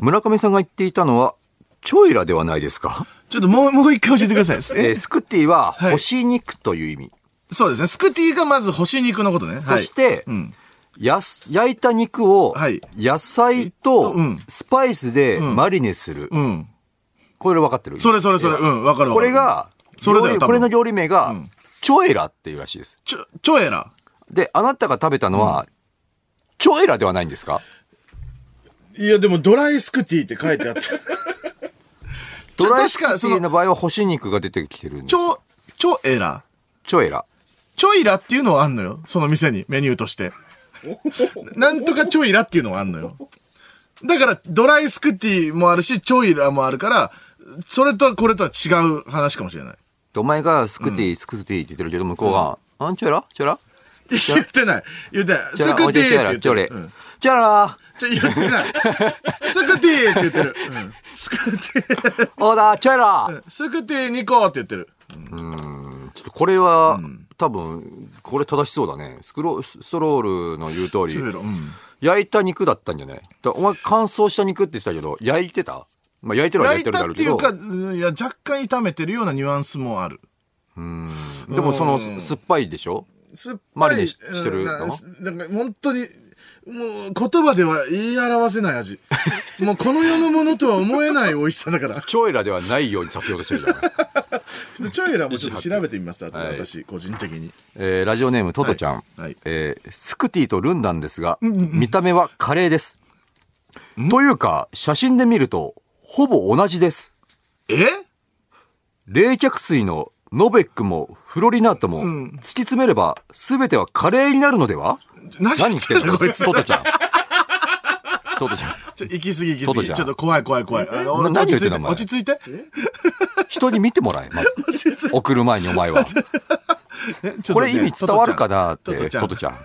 A: 村上さんが言っていたのはチョエラではないですか、
C: す。ちょっともう、もう一回教えてください。
A: えースクティは
C: はい
A: 干し肉という意味、
C: そうですね。スクティがまず干し肉のことね。はい
A: そして、
C: ん
A: やす焼いた肉を
C: はい
A: 野菜
C: えっと
A: と
C: うん
A: スパイスでマリネする、
C: うん。
A: これ分かってる
C: それそれそれ。うん、わかるわかる
A: これ、が
C: それだよ
A: 料理
C: 多分
A: これの料理名が、
C: ん
A: チョエラっていうらしいです
C: ちょ、ちょえら。
A: で、あなたが食べたのは、チョエラではないんですか
C: いや、でもドライスクティって書いてあ った。
A: ドライスクテ
C: 確かその
A: ィの場合は干し肉が出てきてるんで
C: ち
A: す。
C: ょ、ちょえら。
A: チョエラ。
C: ちょいらっていうのはあんのよ。その店に、メニューと して。なんとかちょいらっていうのはあんのよ。だから、ドライスクティもあるし、ちょいらもあるから、それとはこれとは違う話かもしれない。
A: お前がスクティ、スクティって言ってるけど、向こうが、あんチョエラチョエラ
C: 言ってない。言ってない。
A: チョ
C: ス
A: エラお
C: ク
A: いで
C: ティ
A: チョエラ
C: って
A: チョ
C: 言っ
A: エレ
C: てる。うん
A: チョエラ
C: ちょ、言って ない。スクティって言ってる。 うんスクティ。
A: オーダーチョエラ、
C: スクティ2個って言ってる。
A: ちょっとこれは、多分、これ正しそうだね。スクロ、ストロールの言う通
C: ちょいら。
A: り、
C: うん。
A: 焼いた肉だったんじゃないだお前乾燥した肉って言ってたけど、焼いてたまあ焼いてるは
C: 焼
A: 焼いてる
C: い
A: だ
C: た
A: ろ
C: っ
A: う
C: て
A: け
C: い
A: ど
C: う、か、うんいや、若干炒めてるようなニュアンスもある。
A: でもその酸っぱいでしょ
C: 酸っぱい
A: マリネしてるの
C: うんななんか本当に、もう言葉では言い表せない 味。もうこの世のものとは思えない美味しさ だから。
A: チョエラではないようにさせようとしてるじゃない
C: ちょっとチョイラもちょっと調べてみます、あと
A: はい
C: 私、個人的に。
A: えーラジオネームトトちゃん、
C: はいはい
A: えースクティとルンなんですが、見た目はカレーです、というか写真で見るとほぼ同じです
C: え
A: 冷却水のノベックもフロリナートも突き詰めれば全てはカレーになるので は
C: 何
A: 何言ってんの
C: こ
A: こ
C: い
A: い
C: つ
A: つトトちゃん。トトちゃん。
C: ちょ行き過ぎ行き
A: ト
C: 過
A: ト
C: ぎ。
A: ちゃん
C: ちょっと怖い怖い怖い。あの
A: な何言っ
C: 落ち
A: てん
C: 着いて、
A: だお前
C: 落ち着いて。
A: 人に見てもらえ、まず。送る前にお前は。
C: ちょっとね
A: これ意味伝わるかなっ
C: ト
A: て、
C: トちゃん
A: トトちゃん。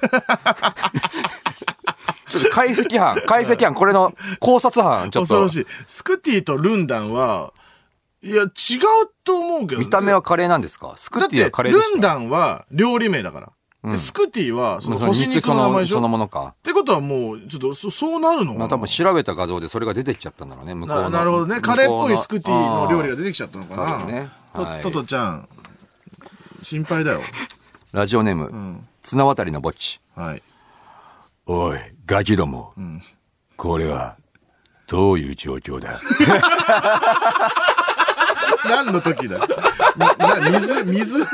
A: ちょっと解析班、解析班、これの考察班、ちょっ
C: 恐
A: と
C: ろ。しい。スクティとルンダンは、いや、違うと思うけど、
A: 見た目
C: は。
A: はカレーなんですかスク
C: だっ
A: ッティ
C: て
A: はカ、レーでし
C: ル
A: た
C: ンダンは料理名だから。でスクティは、その、干し肉の名前でしょ
A: その
C: っ
A: ものか。
C: てことはもう、ちょっと、そそうなるのか
A: ま
C: な
A: あ多分調べた画像でそれが出てきちゃったんだろうね、向こう
C: な
A: の。
C: なるほどね。カレーっぽいスクティの料理
A: が。
C: が出てきちゃったのか
A: あーそ
C: な。
A: うだねはい
C: トトトちゃん、心配だよ。
A: ラジオネーム、
C: ん
A: 綱渡りのぼっち。
C: はい。
A: おい、ガキども。これは、どういう状況だ
C: 何の時だなな水、水、 あ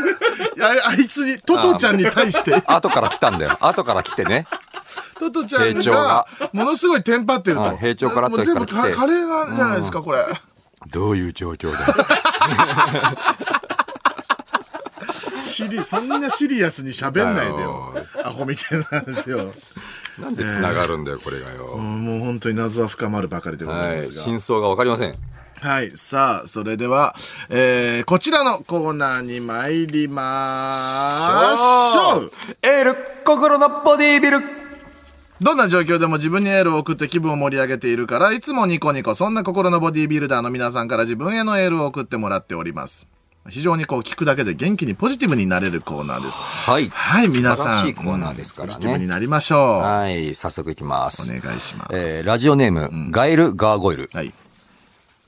C: あいつに、トトちゃんに対して、
A: 後から来た んだよ。後から来てね。
C: トトちゃん
A: 平調
C: が
A: が、
C: ものすごいテンパってる
A: う
C: と。
A: ん平調から
C: もう全部
A: とか
C: カ
A: ら来て
C: カレーなんじゃないですか、これ。
A: どういう状況だ
C: シリ、そんなシリアスに喋んないでよ。アホみたいな話を。
A: なんで繋がるんだよ、これがよ。
C: もう本当に謎は深まるばかりでござ
A: はい
C: ま
A: い。
C: すが。
A: 真相がわかりません。
C: はい。さあ、それでは、えー、こちらのコーナーに参りまーしょう
A: エール、心のボディービル。
C: どんな状況でも自分にエールを送って気分を盛り上げているから、いつもニコニコ、そんな心のボディービルダーの皆さんから自分へのエールを送ってもらっております。非常にこう聞くだけで元気にポジティブになれるコーナーです。
A: はい。
C: はい、皆さ
A: 素
C: ん。
A: 晴らしいコーナーですから
C: ポジティブに
A: ね。
C: なりましょ
A: はい、早速いきます。
C: う。お願いします。
A: えーラジオネーム、ガエル・ガーゴイル。
C: はい。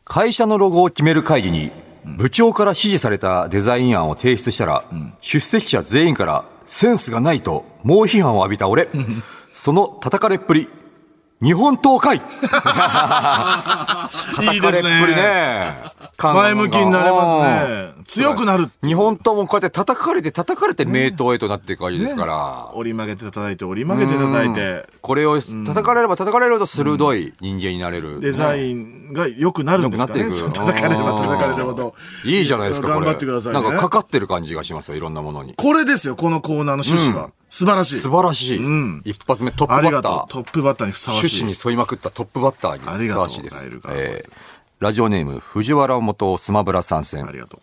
A: 会社のロゴを決める会議に、部長から指示されたデザイン案を提出したら、出席者全員からセンスがないと猛批判を浴びた 俺、その叩かれっぷり、日本東 海叩かれっぷりね。
C: 前向きになれますね。強くなる。
A: うん。日本ともこうやって叩かれて叩かれて名刀へとなっていくわけですから。
C: 折り曲げて叩いて、折り曲げて叩いて、
A: これを叩かれれば叩かれるほど鋭い人間になれる。
C: デザ
A: ン。
C: インが良くなるんですかね。
A: 良くなっていく
C: そう叩かれれば叩かれるほど。
A: いいじゃないですか、これ。
C: 頑張ってくださいね。
A: なんかかかってる感じがしますよ、いろんなものに。
C: これですよ、このコーナーの趣旨は。素晴らしい。
A: 素晴らしい。
C: ん
A: 一発目、トッ
C: あ
A: プ
C: り
A: バッ
C: が
A: タ
C: と
A: ー
C: う。。トップバッターにふさわし
A: 趣
C: い。
A: 旨に沿いまくったトップバッターに
C: あり
A: ふさ
C: がとう
A: わしいです
C: ガエル。ガーゴイル
A: えーラジオネーム、藤原元島村参
C: あ
A: 戦。
C: りがと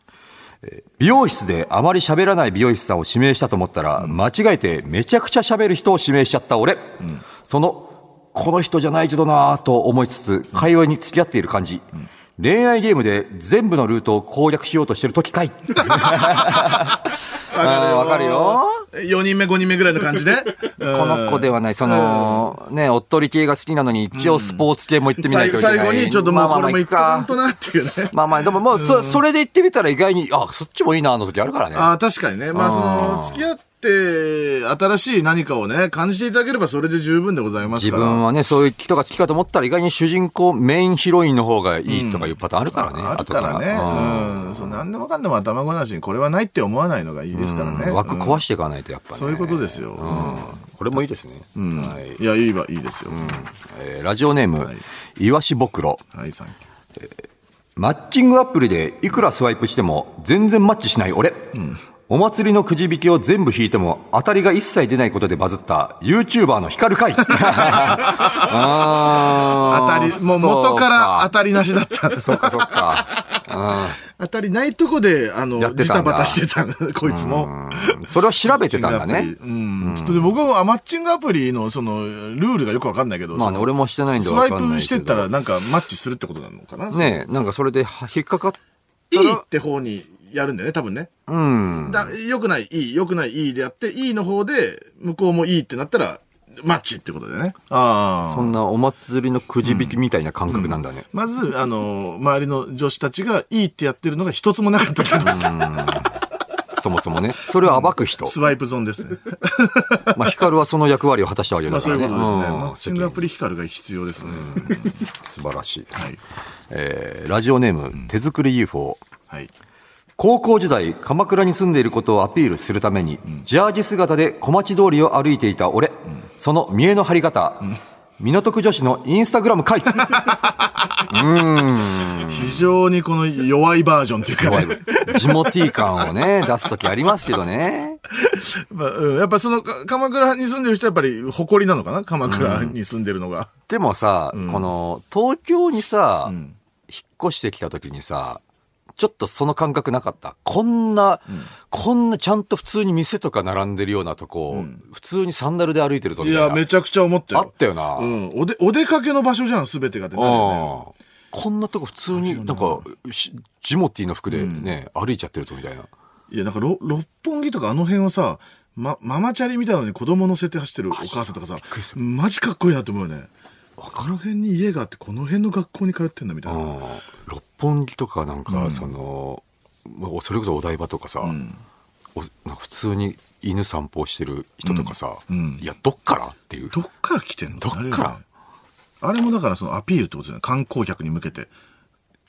C: う。
A: 美容室であまり喋らない美容師さんを指名したと思ったら、間違えてめちゃくちゃ喋る人を指名しちゃった俺。その、この人じゃないけどなぁと思いつつ、会話に付き合っている感じ。恋愛ゲームで全部のルートを攻略しようとしてる時かい。あーわかるよ。
C: 4人目、5人目ぐらいの感じで。うん
A: この子ではない、その、ね、おっとり系が好きなのに、一応スポーツ系も行ってみないと
C: 最後
A: いけない。
C: 最後に、ちょっともうこれもいっ
A: ま
C: か
A: あまあまあ行くか
C: んとなっていうね。
A: まあまあ、でももう、そ、それで行ってみたら意外に、あ、そっちもいいな、の時あるからね。
C: ああ、確かにね。まあ、
A: あ
C: その、
A: ー
C: 付き合って、新しい何かをね、感じていただければそれで十分でございます
A: 自
C: から。
A: 分はね、そういう人が好きかと思ったら意外に主人公、メインヒロインの方がいいとかいうパターンあるからね。
C: あるから
A: 後うん
C: ね。うん。そう、なんでもかんでも頭ごなしにこれはないって思わないのがいいですからね。
A: 枠
C: うん
A: 壊していかないとやっぱね。
C: そういうことですよ。
A: これもいいですね。はい
C: いや、いいわ、いいですよ。
A: えーラジオネーム、いわしぼくろ。
C: はい、サンキュー。
A: マッチングアプリでいくらスワイプしても全然マッチしない俺、お祭りのくじ引きを全部引いても当たりが一切出ないことでバズった YouTuber の光る 会
C: 当
A: 当
C: たり、もう元から当
A: り
C: たりなしだった。
A: そっかそっか
C: 当たりないとこで、あの
A: やっ、て
C: ジ
A: た
C: タ
A: んだ
C: バタしてたんだ、 こいつも。
A: うんそれを調べてたんだ
C: マッチン
A: ね
C: グアプリうん。ちょっとで僕はマッチングアプリの、その、ルールがよくわかんないけど、
A: まあね
C: その
A: 俺もしてないんで
C: ス
A: わ
C: ワイ
A: かんな
C: プ
A: い
C: し
A: け
C: て
A: ど
C: ったら、なんかマッチするってことなのかな。
A: ねえなんかそれでは引っかかっ
C: いいって方にやるんだよね、多分ね。
A: うん
C: だ良くない、いい、良くない、いいでやって、いいの方で、向こうもいいってなったら、マッチってことだよね。あ
A: そんなお祭りのくじ引きみたいな感覚なんだね、
C: まず、あの、周りの女子たちがいいってやってるのが一つもなかったけど、
A: そもそもねそれを暴く人、
C: スワイプゾーンですね。
A: まあ光はその役割を果たしたわけだ
C: まあ
A: か
C: そう
A: らね
C: いうことですね。
A: うん
C: マッチングアプリ光るが必要ですね。
A: 素晴らしい
C: はい。
A: えーラジオネーム、手作り UFO。
C: はい。
A: 高校時代、鎌倉に住んでいることをアピールするために、ジャージ姿で小町通りを歩いていた俺、その見栄の張り方、港区女子のインスタグラム 会
C: 非常にこの弱いバージョンというかね、
A: ジモティー感をね、出すときありますけどね。
C: まあうん、やっぱそのか鎌倉に住んでる人はやっぱり誇りなのかな鎌倉に住んでるのが。
A: でもさ、この、東京にさ、引っ越してきたときにさ、ちょっとその感覚なかった。こんな、こんなちゃんと普通に店とか並んでるようなとこ、普通にサンダルで歩いてるぞ
C: い
A: みたい
C: や、
A: な。
C: めちゃくちゃ思ったよ。
A: あったよな。
C: うん。おで、お出かけの場所じゃん、すべてがってなるよね。
A: うんこんなとこ普通に、なんか、しジモティーの服でね、歩いちゃってるぞみたいな。
C: いや、なんかろ、六本木とかあの辺はさ、ま、ママチャリみたいなのに子供乗せて走ってるお母さんとかさ、マジかっこいいなって思うよね。あの辺に家があって、この辺の学校に通ってんだみたいな。
A: うん六本木とかなんか、その、まあそれこそお台場とかさ、おなんか普通に犬散歩してる人とかさ、
C: うん
A: いや、どっからっていう。
C: どっから来てんの
A: どっから
C: なるよねあれもだからそのアピールってことじゃない観光客に向けて。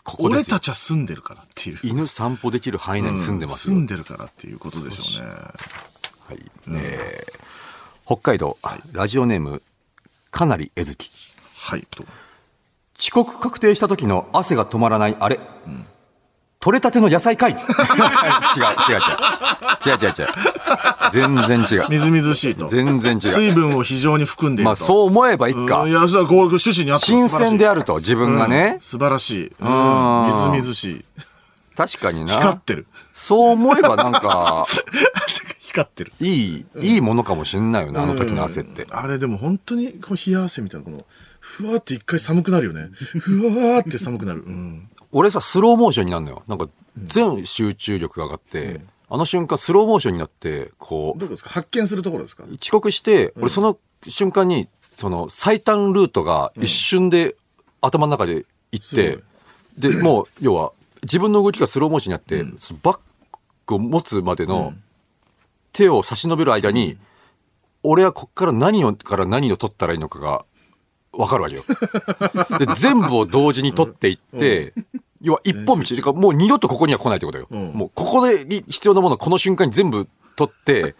A: ここで
C: 俺
A: すよ
C: たちは住んでるからっていう。
A: 犬散歩できる範囲内に住んでます
C: う
A: よ。
C: 住んでるからっていうことでしょうね。
A: はい。えー北海道、ラジオネーム、かなりえずき。
C: はい、と。
A: 遅刻確定した時の汗が止まらないあれ、取れたての野 菜かい違う違う違う違う違う違う全然違
C: み
A: う
C: ずみずしいと。
A: 全然違う
C: 水分を非常に含んでいると。
A: まあそう思えばいいか
C: うんいや、それはこう趣旨にあった
A: 新鮮であ
C: る
A: ると自分がね、
C: 素晴らしい。うん。み
A: ん
C: ずみずしい。
A: 確かに
C: 光っ
A: な
C: てる。
A: そう思えばなんか
C: 光ってる。
A: いいいいものかもしんないよねあの時の汗って、
C: うんあれでも本当にこう冷や汗みたいな、この、ふわーって一回寒くなるよね。ふわーって寒くなる。うん。
A: 俺さスローモーションになるのよなんか全集中力が上がって、あの瞬間スローモーションになってこう
C: どこですか発見するところですか
A: 遅刻して、俺その瞬間に、その最短ルートが一瞬で頭の中で行って、で、もう、要は、自分の動きがスローモーションになって、そのバックを持つまでの手を差し伸べる間に、俺はこっから何を、から何を取ったらいいのかが、わかるわけよ。で、全部を同時に取っていって、要は一本道、てかもう二度とここには来ないってことよ。
C: ん
A: もうここでに必要なものをこの瞬間に全部取 って、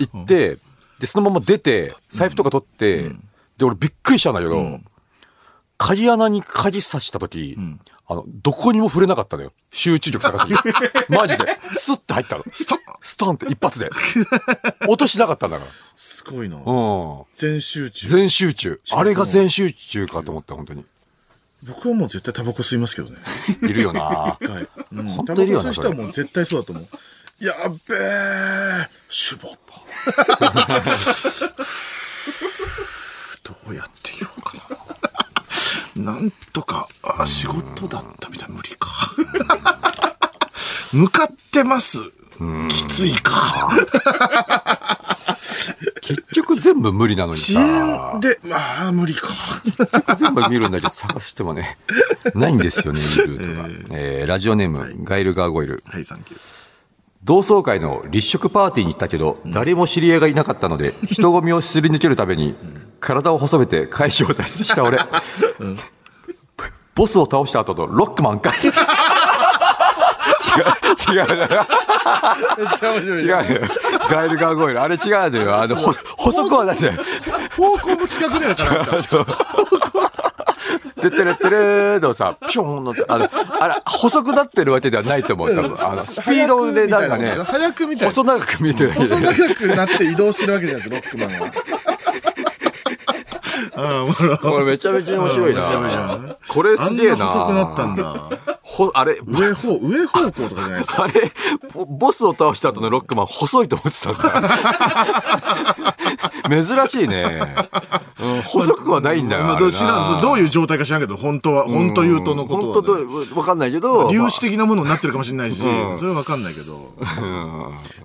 A: 行って、で、そのまま出て、財布とか取って、で、俺びっくりしたんだけど、鍵穴に鍵刺した時、あの、どこにも触れなかったのよ。集中力高すぎて。 マジで。スッて入ったの。ス
C: トン
A: ストンって一発で。落としなかったんだから。
C: すごいな。
A: うん。
C: 全集中。
A: 全集中。あれが全集中かと思った、本当に。
C: 僕はもう絶対タバコ吸いますけどね。
A: いるよ な
C: はい。うん
A: 本
C: タ
A: 当
C: バコ
A: いるよ
C: 吸う
A: なそ
C: 人
A: れ
C: はもう絶対そうだと思う。やっべー絞 った。どうやって言おうかな。なんとか、あ仕事だったみたい。無理か。 向かってます。きついか。
A: 結局全部無理なのに
C: 遅延
A: さ。
C: で、まあ、無理か。
A: 全部見るんだけど探してもね、ないんですよね、見るルートが。えーラジオネーム、ガイル・ガーゴイル。
C: はい、サンキュー。
A: 同窓会の立食パーティーに行ったけど、誰も知り合いがいなかったので、人混みをすり抜けるために、体を細めて会場を脱出した俺。ボスを倒した後のロックマンかい違う、違うな。
C: めっちゃ面白い。
A: 違うのよ。ガエル・ガーゴイル。あれ違うのよ。あの、ほ細くはないんだよ。
C: 方向も近くねえから。
A: あの てってれってれーのさ、ピョーンの、あの、あれ、細くなってるわけではないと思う。多分あのスピードでなんかね、
C: 早くみたいな。
A: 細長く見えてるだけ
C: 細
A: で。
C: 長くなって移動してるわけじゃないです、ロックマンは。ああ、もう、
A: これめちゃめちゃ面白い
C: うんめちゃめち
A: な。これ
C: あ
A: す
C: ん
A: げえ
C: な
A: な。
C: 細くなったんだ。
A: ほあれ、
C: 上方、上方向とかじゃないですか。
A: あれ、ボボスを倒した後のロックマン、細いと思ってたん だ。珍しいね。うん細くはないんだよ。
C: まあ
A: あれ
C: ど
A: な
C: う知らんそうどういう状態か知らんけど、本当は、本当言うとのこと
A: 本
C: は
A: 当
C: ね、
A: どうわかんないけど、
C: 粒子的なものになってるかもしれないし、それはわかんないけど、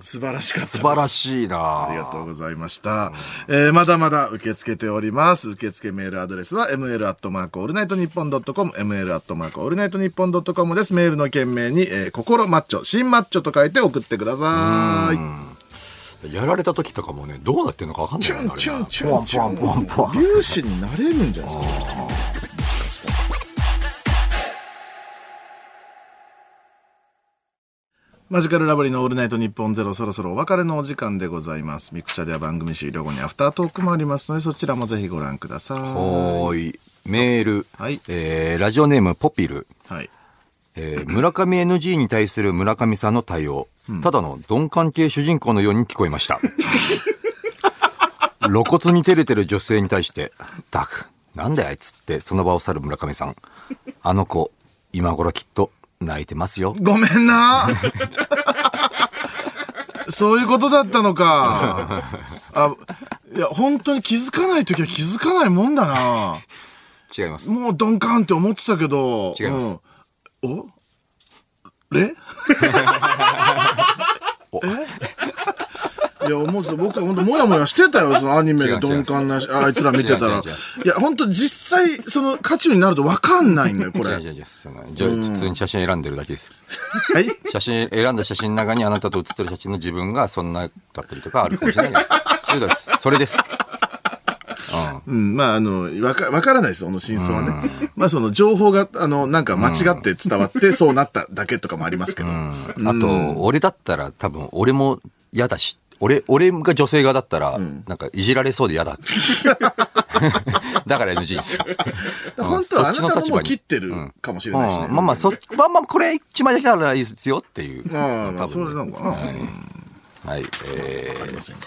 C: 素晴らしかったで
A: 素
C: す。
A: 晴らしいな
C: ありがとうございました。えーまだまだ受け付けております。受付メールアドレスは m l アットマークオールナイトニッポンドットコム m l アットマークオールナイトニッポンドットコムです。メールの件名に、えー心マッチョ、新マッチョと書いて送ってください。
A: やられた時とかもね、どうなってんのかわかんない
C: チ
A: よね
C: ュンチュンチ
A: あれ
C: ュ
A: な
C: ンチュン。
A: ポワンポワンポワン
C: 粒子になれるんじゃないですか。マジカルラブリーのオールナイトニッポンゼロそろそろお別れのお時間でございます。ミクチャでは番組終了後にアフタートークもありますので、そちらもぜひご覧ください。
A: おーい。メール。
C: はい
A: えー、ラジオネームポピル。
C: はい。
A: えー、村上 NG に対する村上さんの対応。ただの鈍感系主人公のように聞こえました。 露骨に照れてる女性に対して、ダク、なんであいつってその場を去る村上さん。あの子、今頃きっと泣いてますよ。
C: ごめんなそういうことだったのか。あ、いや、本当に気づかないときは気づかないもんだな。
A: 違います。
C: もう鈍感って思ってたけど。
A: 違います
C: うん、おれえいや、思うと僕は本当、もやもやしてたよ、そのアニメで鈍感なし、あいつら見てた
A: 違
C: ら。
A: う違う違
C: いや、本当実際、その、渦中になると分かんないんだよ、これ。
A: 違う
C: はい。
A: 違う違うそんなじゃあ、普通に写真選んでるだけです。写真、選んだ写真の中にあなたと写ってる写真の自分がそんなだったりとかあるかもしれない。そうです。それ です。
C: うん、まあ、あの、わか、わからないです、その真相はね。まあ、その、情報が、あの、なんか間違って伝わって、そうなっただけとかもありますけど。
A: うんあと、俺だったら多分、俺も嫌だし、俺、俺が女性側だったら、なんか、いじられそうで 嫌だ。だから NG ですよ。
C: 本当はあ
A: うん
C: な
A: そっち
C: た
A: の
C: も
A: 立
C: も
A: 場
C: う
A: に
C: 切ってるかもし
A: う
C: れ
A: ん、
C: ないし
A: ま
C: ね。
A: あまあ、そ、まあまあ、これ一枚できたらいいですよっていう。
C: ああま
A: 多分
C: あ
A: ね
C: それなのかな
A: はい。はいえ
C: ありません。
A: ー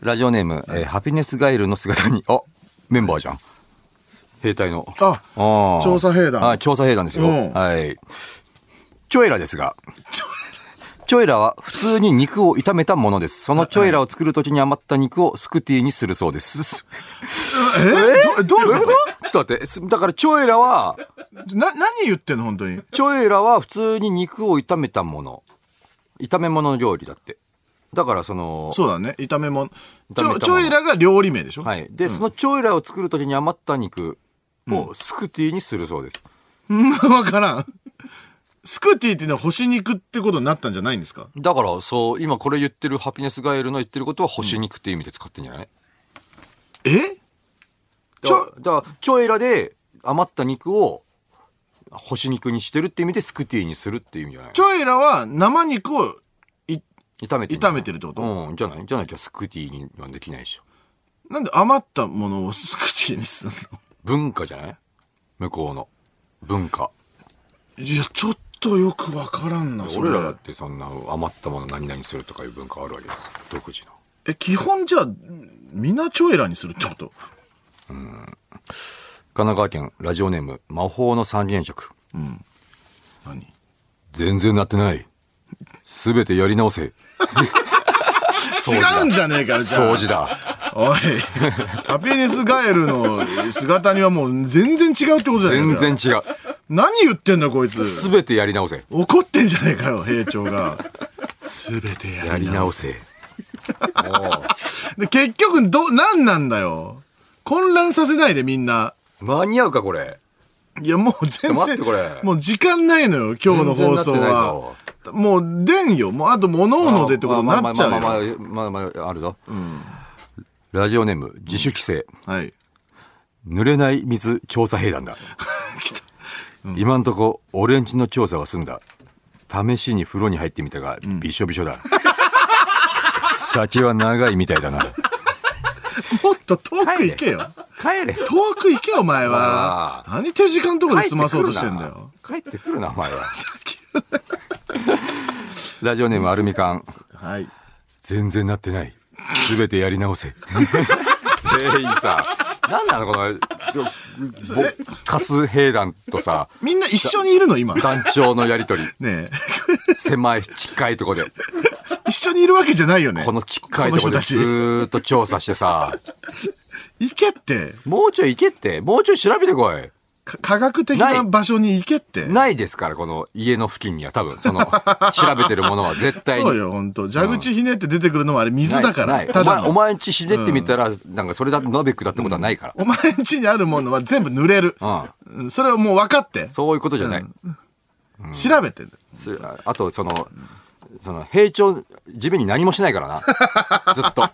A: ラジオネーム、えーハピネスガイルの姿に、あ、メンバーじゃん。兵隊の。
C: あ、
A: あー
C: 調査兵団
A: はい、調査兵団ですよ。
C: うん
A: はい。チョエラですが。チョエラは普通に肉を炒めたものです。そのチョエラを作るときに余った肉をスクティにするそうです。
C: えどどういうこ
A: ちょっと待ってす。だからチョエラは、
C: とな、何言ってんの本当に。
A: チョエラは普通に肉を炒めたもの。炒め物料理だって。だからその、
C: そうだね。炒め物。ち
A: 炒めたも
C: ょ、
A: の
C: ちょいらが料理名でしょ
A: はい。で、そのチョエラを作るときに余った肉をスクティにするそうです。
C: うん わからん。スクティっていうのは干し肉ってことになったんじゃないんですか
A: だから、そう、今これ言ってるハピネスガエルの言ってることは干し肉っていう意味で使ってんじゃない、
C: え
A: だからだからチョエラで余った肉を干し肉にしてるって意味でスクティにするっていう意味じゃない
C: ちょいらは生肉をい、
A: 炒めて
C: 炒めてるってこと
A: うんじゃないじゃなきゃスクティにはできないでしょ
C: なんで余ったものをスクティにする
A: 文化じゃない向こうの文化
C: のいや、ちょっとよくわからんな、それ
A: 俺らだってそんな余ったもの何々するとかいう文化あるわけですよ独自の
C: え、基本じゃあ、みんなちょいらにするってこと
A: 神奈川県ラジオネーム魔法の三原色
C: 何
A: 全然なってない全てやり直せ掃除だ
C: 違うんじゃねえか、じゃあ。
A: 掃除だ
C: おい、 ハピネスガエルの姿にはもう全然違うってことじゃない
A: 全然
C: か。
A: 違う
C: 何言ってんだこいつ。
A: 全てやり直せ
C: 怒ってんじゃねえ かよ、兵長が。すべてや
A: や
C: り
A: り
C: な。
A: 直せ
C: で、結局、ど、何なんだよ。混乱させないでみんな。
A: 間に合うかこれ
C: いや、もう全然。
A: ちょっと待ってこれ
C: もう時間ないのよ、今日の
A: 全然
C: 放送
A: なってない
C: は
A: ぞ。
C: もう、出んよ。もう、あと、物々でってことになっちゃう
A: まあまあ
C: よ。
A: まあまあまあまあまああるぞ、ラジオネーム自主規制、
C: はい。
A: 濡れない水調査兵団だ
C: 来た
A: 今んとこ俺んちの調査は済んだ試しに風呂に入ってみたがびしょびしょだ、 先は長いみたいだな
C: もっと遠く行けよ。
A: 帰れ
C: 遠く行けよ、お前は。何手近のとこで済まそうとしてんだよ。
A: 帰ってくるなお前は
C: さっき
A: ラジオネームアルミカン
C: はい。
A: 全然なってない。すべてやり直 せ。全員さ、なんなのこの、ぼカス兵団とさ、
C: みんな一緒にいるの今。ね
A: 団長のやりとり。
C: え。
A: 狭い、近いとこで。
C: 一緒にいるわけじゃないよね。
A: この近いとこ
C: この人
A: で
C: たち
A: ずーっと調査してさ、
C: 行けって。
A: もうちょい行けって、もうちょい調べてこい。
C: か科学的な場所に行けって。
A: ないですから、この家の付近には多分、その、調べてるものは絶対に。
C: そうよ、本当蛇口ひねって出てくるのはあれ水だか
A: な
C: ら。
A: い
C: ただ
A: お前、お
C: の、
A: 前んちひねってみたら、なんかそれだ、ノベックだってことはないから。
C: お前ん家にあるものは全部濡れる。うんそれをもう分かって。
A: そういうことじゃない。
C: 調べて。
A: すああとその、その、平調、地面に何もしないからな。ずっと。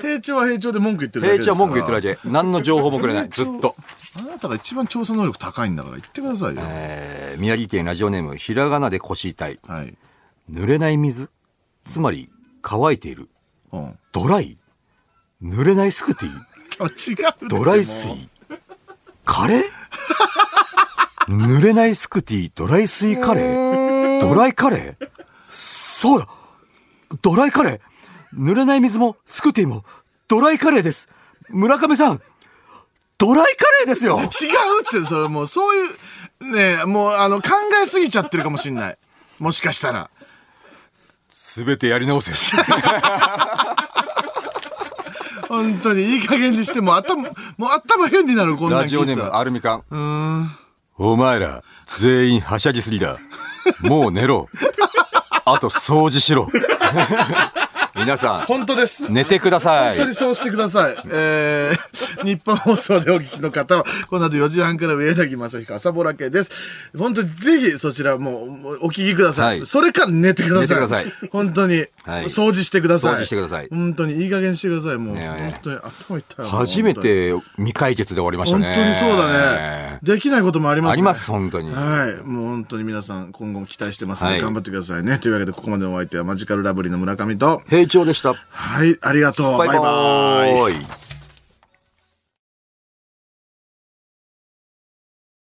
C: 平調は平調で文句言ってるだけ
A: 平
C: です
A: 調
C: から。
A: は文句言ってるだけ。何の情報もくれない。ずっと。
C: あなたが一番調査能力高いんだから言ってくださいよ。
A: えー、宮城県ラジオネーム、ひらがなで腰痛い。
C: はい。
A: 濡れない水。つまり、乾いている。
C: うん。
A: ドライ濡れないスクーティー
C: あ違う。
A: ドライスイカレー濡れないスクティドライスイカレードライカレーそうだドライカレー濡れない水もスクティもドライカレーです村上さんドライカレーですよ
C: 違うっつって、それもう、そういう、ねえもう、あの、考えすぎちゃってるかもしんない。もしかしたら。
A: すべてやり直 せ。
C: 本当に、いい加減にして、もう頭、もう頭変になる、こんなん
A: ラ
C: 聞い
A: ジ
C: てた
A: オ
C: ら
A: ネームアルミカン。お前ら、全員はしゃぎすぎだ。もう寝 ろ。あと掃除し ろ。皆さ
C: 本当です。
A: ん、寝てください
C: 本当。にそうしてください。えー、日本放送でお聞きの方は、この後4時半から上柳正彦朝ぼらけです。本当にぜひそちらももうお聞きください。
A: はい
C: それか寝てください。
A: 寝てください
C: 本当に、
A: はい
C: 掃除してください。
A: 掃除してください
C: 本当にいい加減にしてください。もう、
A: ねえ
C: 本当に頭痛いわ。
A: 初めて未解決で終わりました
C: 本当
A: ね。
C: に。本当にそうだね。。できないこともあります、ね、
A: あります、本当に。
C: はい。もう本当に皆さん今後も期待してますので、
A: はい
C: 頑張ってくださいね。というわけでここまでのお相手はマジカルラブリーの村上と、
A: 平調でした。
C: はい、ありがとう。
A: バイバ
C: バイバーイ
A: ーイ。